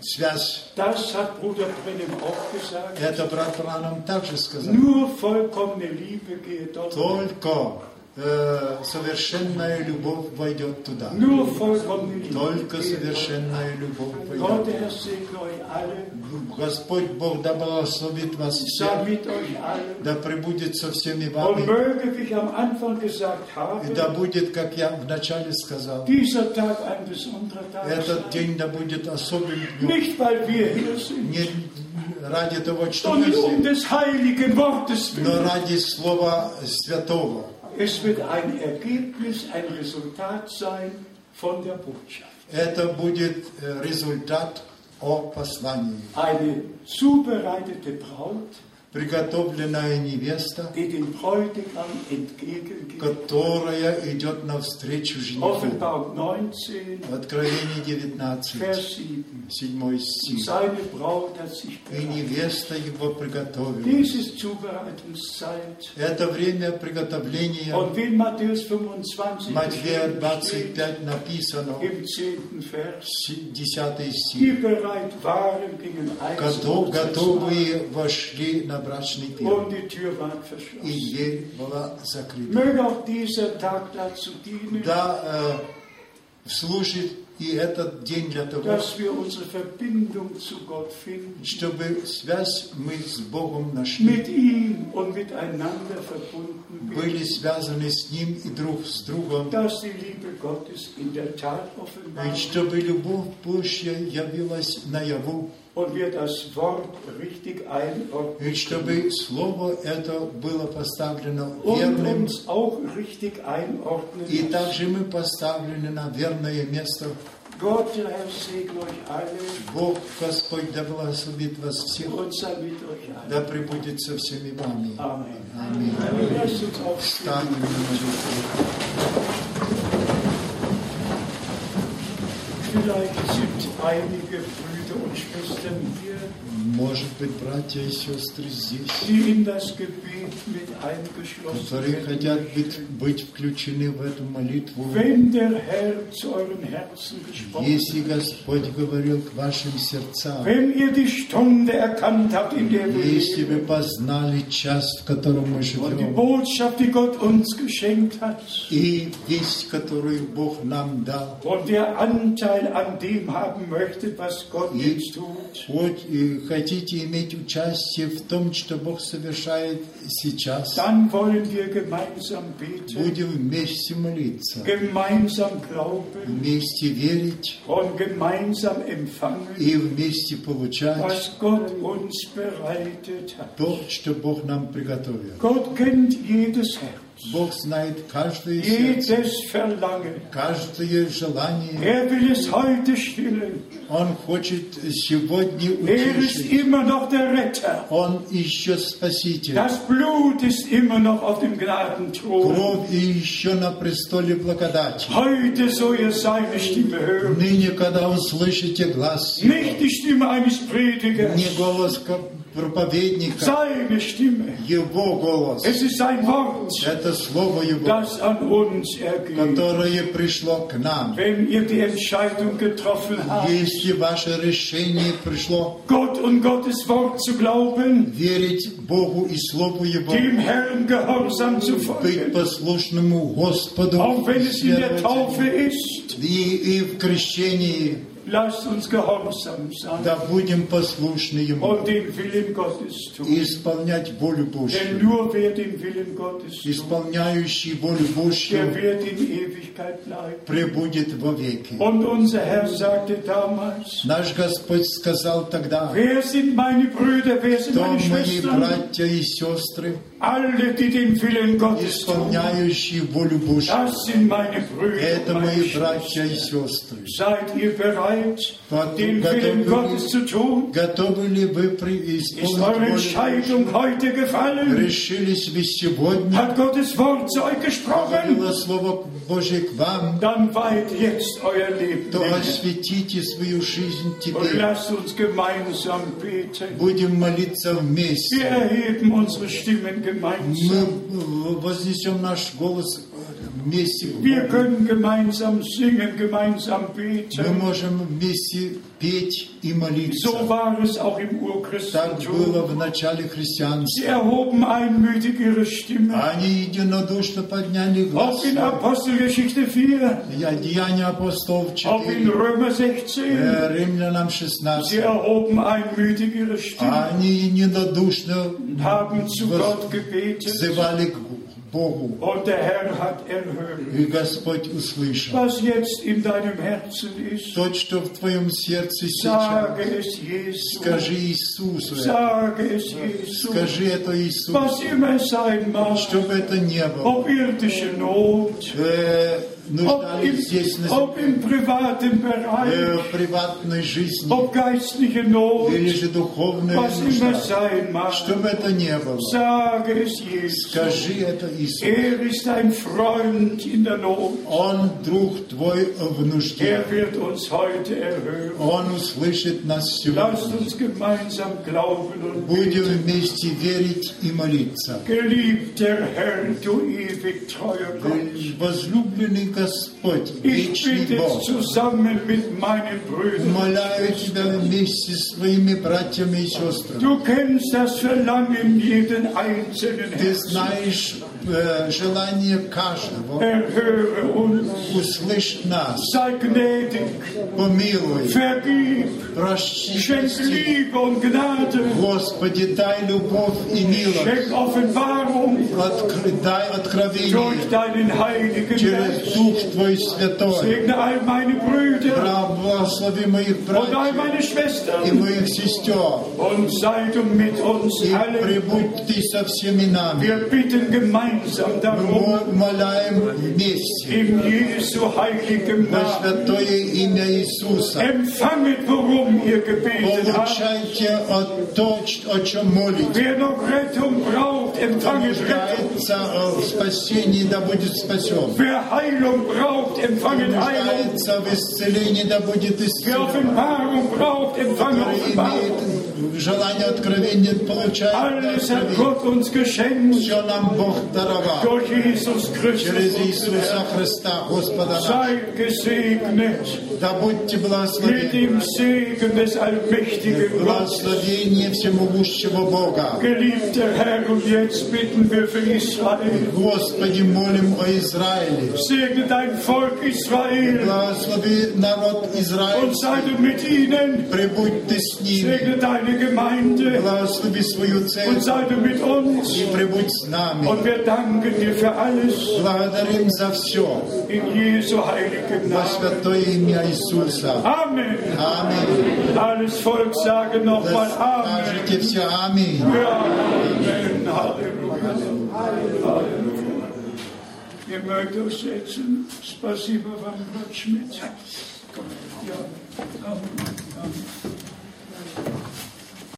связь.
Das hat Bruder Brennem auch gesagt.
Это брат нам также сказал.
Nur vollkommene Liebe gehe dort.
Только э, совершенная любовь войдет туда.
Nur vollkommene Liebe.
Только
gehe dort.
совершенная любовь войдет.
Gott, der Herr, segne euch alle.
Господь Бог да благословит вас
Sei
всех,
mit euch allen.
да пребудет со всеми
Und
вами,
möge, wie ich am Anfang gesagt
и да
habe,
будет, как я вначале сказал,
dieser Tag ein besonderer Tag sein.
этот день да будет особенным днем.
Nicht, weil wir hier sind,
Не ради того, что мы
sondern um
здесь,
des heiligen Wortes
но
willen.
ради Слова Святого.
Es wird ein Ergebnis, ein Resultat sein von der Botschaft.
Это будет э, результат о послании.
Eine zubereitete Braut,
Приготовленная невеста,
die dem Bräutigam entgegengeht.
которая идет навстречу жениху.
Offenbarung 19,
Откровение 19,
Vers 7.
7
Und
стих.
Seine Braut hat sich
И
bereit.
невеста его приготовила.
Dies ist Zubereitungszeit.
Это время приготовления.
Und wie in Matthäus 25
Матфея
steht,
25 написано,
im 10. Vers,
си- 10
die
стих.
bereit waren, gingen ein
«Готов- готовые вошли на брачный пир,
und die Tür war
и
verschlossen.
дверь была закрыта.
Möge auch dieser Tag dazu dienen,
Да, э, служит и этот день для того,
dass wir unsere Verbindung zu Gott finden,
чтобы связь мы с Богом нашли,
mit ihm und miteinander verbunden
были
werden,
связаны с Ним и друг с другом,
dass die Liebe Gottes in der Tat
и
offenbart
чтобы любовь Божья явилась наяву,
und wir das Wort richtig einordnen
и чтобы Слово это было поставлено
und
верным,
uns auch richtig
и
einordnen.
также мы поставлены на верное место.
Gott, der Herr, segne euch alle
Бог, Господь, да благословит вас всех,
und sei mit euch allen.
да пребудет со всеми вами.
Amen.
Аминь.
Amen. Lasst uns aufstehen.
Встанем на молитву.
Vielleicht sind einige Brüder und Schwestern hier.
Может быть, братья и сестры здесь,
die in das Gebet mit eingeschlossen
которые
werden.
хотят быть, быть включены в эту молитву.
Wenn der Herr zu euren Herzen gesprochen
Если Господь говорил к вашим сердцам,
wenn ihr die Stunde erkannt habt, in der wir
если вы
leben,
познали час, в котором мы
und die
живем,
Botschaft, die Gott uns geschenkt hat,
и весть, которую Бог нам дал,
und der Anteil an dem haben möchtet, was Gott jetzt tut,
хоть и э, хотите иметь участие в том, что Бог совершает сейчас,
dann wollen wir gemeinsam beten,
будем вместе молиться,
gemeinsam glauben
вместе верить
und gemeinsam empfangen,
и вместе получать
was Gott uns bereitet hat.
то, что Бог нам приготовил.
Gott kennt jedes Herz.
Бог знает каждое сердце,
jedes Verlangen.
каждое желание.
Er will es heute stillen.
Он хочет сегодня
Er ist
утешить.
immer noch der Retter.
Он еще Спаситель.
Das Blut ist immer noch auf dem Gnadenthron.
Кровь и еще на престоле благодати.
Heute soll ihr seine Stimme hören.
Ныне, когда услышите глаз, Его,
Nicht die Stimme eines Predigers,
не голос ко- проповедника,
seine Stimme.
Его голос.
Es ist sein Wort,
Это Слово Его,
das an uns ergeht.
которое пришло к нам.
Wenn ihr die Entscheidung getroffen habt,
Если ваше решение пришло
Gott und Gottes Wort zu glauben,
верить Богу и Слову Его,
dem Herrn gehorsam zu
быть
folgen,
послушному Господу
auch wenn es in der
следовать
Taufe
за Ним.
ist,
и, и в крещении,
Lasst uns gehorsam sein
да будем послушны Ему
und den Willen Gottes
и
tun.
исполнять волю
Denn
Божью.
nur wer den Willen Gottes tut,
Исполняющий волю
der
Божью
wird in Ewigkeit bleiben.
пребудет вовеки.
Und unser Herr sagte damals,
Наш Господь сказал тогда,
wer sind meine Brüder, wer sind
кто
meine
мои
Schwestern?
братья и сестры,
Alle, die den Willen Gottes tun,
исполняющие волю Божью.
das sind meine Brüder
Это
und meine
мои братья и
Schwestern.
сестры.
Seid ihr bereit,
Gott-
den
Gott-
Willen
Gott-
Gottes zu tun?
Готовы ли вы при-
Ist
исполнить
eure
волю Божью?
Entscheidung heute gefallen?
Решились вы сегодня?
Hat Gottes Wort zu euch gesprochen?
Было слово Божье к вам,
Dann weiht jetzt euer Leben.
то
hin.
осветите свою жизнь
Und
теперь.
lasst uns gemeinsam beten.
Будем молиться
Wir
вместе.
erheben unsere Stimmen gemeinsam.
Мы э, вознесем наш голос э, вместе. к
Wir
Богу.
können gemeinsam singen, gemeinsam
Мы
beten.
можем вместе петь и
So
молиться.
war es auch im
Так было
Urchristentum.
в начале
Sie
христианства.
erhoben einmütig ihre Stimme.
Они единодушно подняли глаз.
Ob in Apostelgeschichte 4,
Я- Деяния апостолов
ob in
4,
Römer
э,
16.
римлянам
Sie
16.
erhoben einmütig ihre Stimme
Они единодушно
und haben zu
Was-
Gott gebetet.
взывали к Богу,
Und der Herr hat erhört.
и Господь услышал.
Was jetzt in deinem Herzen ist,
То, что в твоем сердце сейчас,
sage es Jesus.
скажи Иисусу, это.
Sage es Jesus,
скажи это Иисусу,
was immer es sein mag,
чтобы это не было.
ob irdische Not,
Э,
ob im,
нуждались здесь, на
ob im privaten
э,
Bereich,
в приватной жизни,
ob geistliche Not,
или же духовная
was immer es
нужда,
sein mag,
чтобы это не было.
sage es Jesus.
Скажи это Иисусу.
Er ist ein Freund in der Not.
Он друг твой в нужде.
Er wird uns heute erhören.
Он услышит
Lasst
нас сегодня.
uns gemeinsam glauben und
Будем
beten.
вместе верить и молиться.
Geliebter Herr, du ewig treuer Gott.
Возлюбленный Господь,
Ich
вечный
bitte
Бог,
zusammen mit meinen Brüdern.
умоляю Тебя вместе с своими братьями и сестрами.
Du kennst das Verlangen jeden einzelnen
Ты
Herzen.
знаешь э, желание каждого.
Erhöre uns.
Услышь нас,
Sei gnädig.
помилуй,
Vergib. Schenk
прости.
Liebe und Gnade.
Господи, дай любовь и милость.
Schenk Offenbarung
Откры- дай
durch
откровение.
deinen Heiligen
через
Geist.
Дух Твой Святой.
Segne all meine Brüder
Благослови моих
und all
братьев
meine
и
Schwestern.
моих сестер.
Und sei du mit uns
И
allen.
прибудь Ты со всеми нами.
Wir bitten gemeinsam darum.
Мы моляем вместе
Im Jesu heiligem
во
Namen.
святое имя Иисуса.
Empfanget, worum ihr gebetet habt.
Получайте от то, ч- о чем молитесь.
Wer noch Rettung braucht,
Кто
empfanget Rettung.
нуждается э, в спасении, да будет спасен.
Wer Heilung braucht,
Кто
empfanget Heilung.
нуждается в исцелении, да будет
Wer
исцелен.
Offenbarung braucht, empfange
Кто
Offenbarung.
имеет желание откровения, получает
Alles hat
откровение.
Gott uns geschenkt
Все нам Бог даровал
durch Jesus
через
Christus. unseren
Иисуса
Herrn.
Христа, Господа нашего.
Seid gesegnet
Да будьте
mit
благословенны.
dem Segen des allmächtigen Gottes.
Благословение всемогущего Бога.
Geliebter Herr, und jetzt bitten wir für Israel.
Господи, молим о Израиле.
Segne dein Volk Israel
Благослови народ Израиля.
und sei du mit ihnen.
Прибудь ты с ними.
Segne deine Gemeinde
Благослови свою
und
цель
sei du mit uns.
и прибудь с нами.
Und wir danken dir für alles
Благодарим за все
in Jesu heiligem
во
Namen.
святое имя Иисуса.
Amen.
Аминь.
Alles Volk sage nochmal Amen.
Скажите все аминь.
Ja, Amen. Halleluja. Halleluja. Ihr mögt euch setzen. Спасибо вам, Brot Schmidt. Ja, Amen. Amen.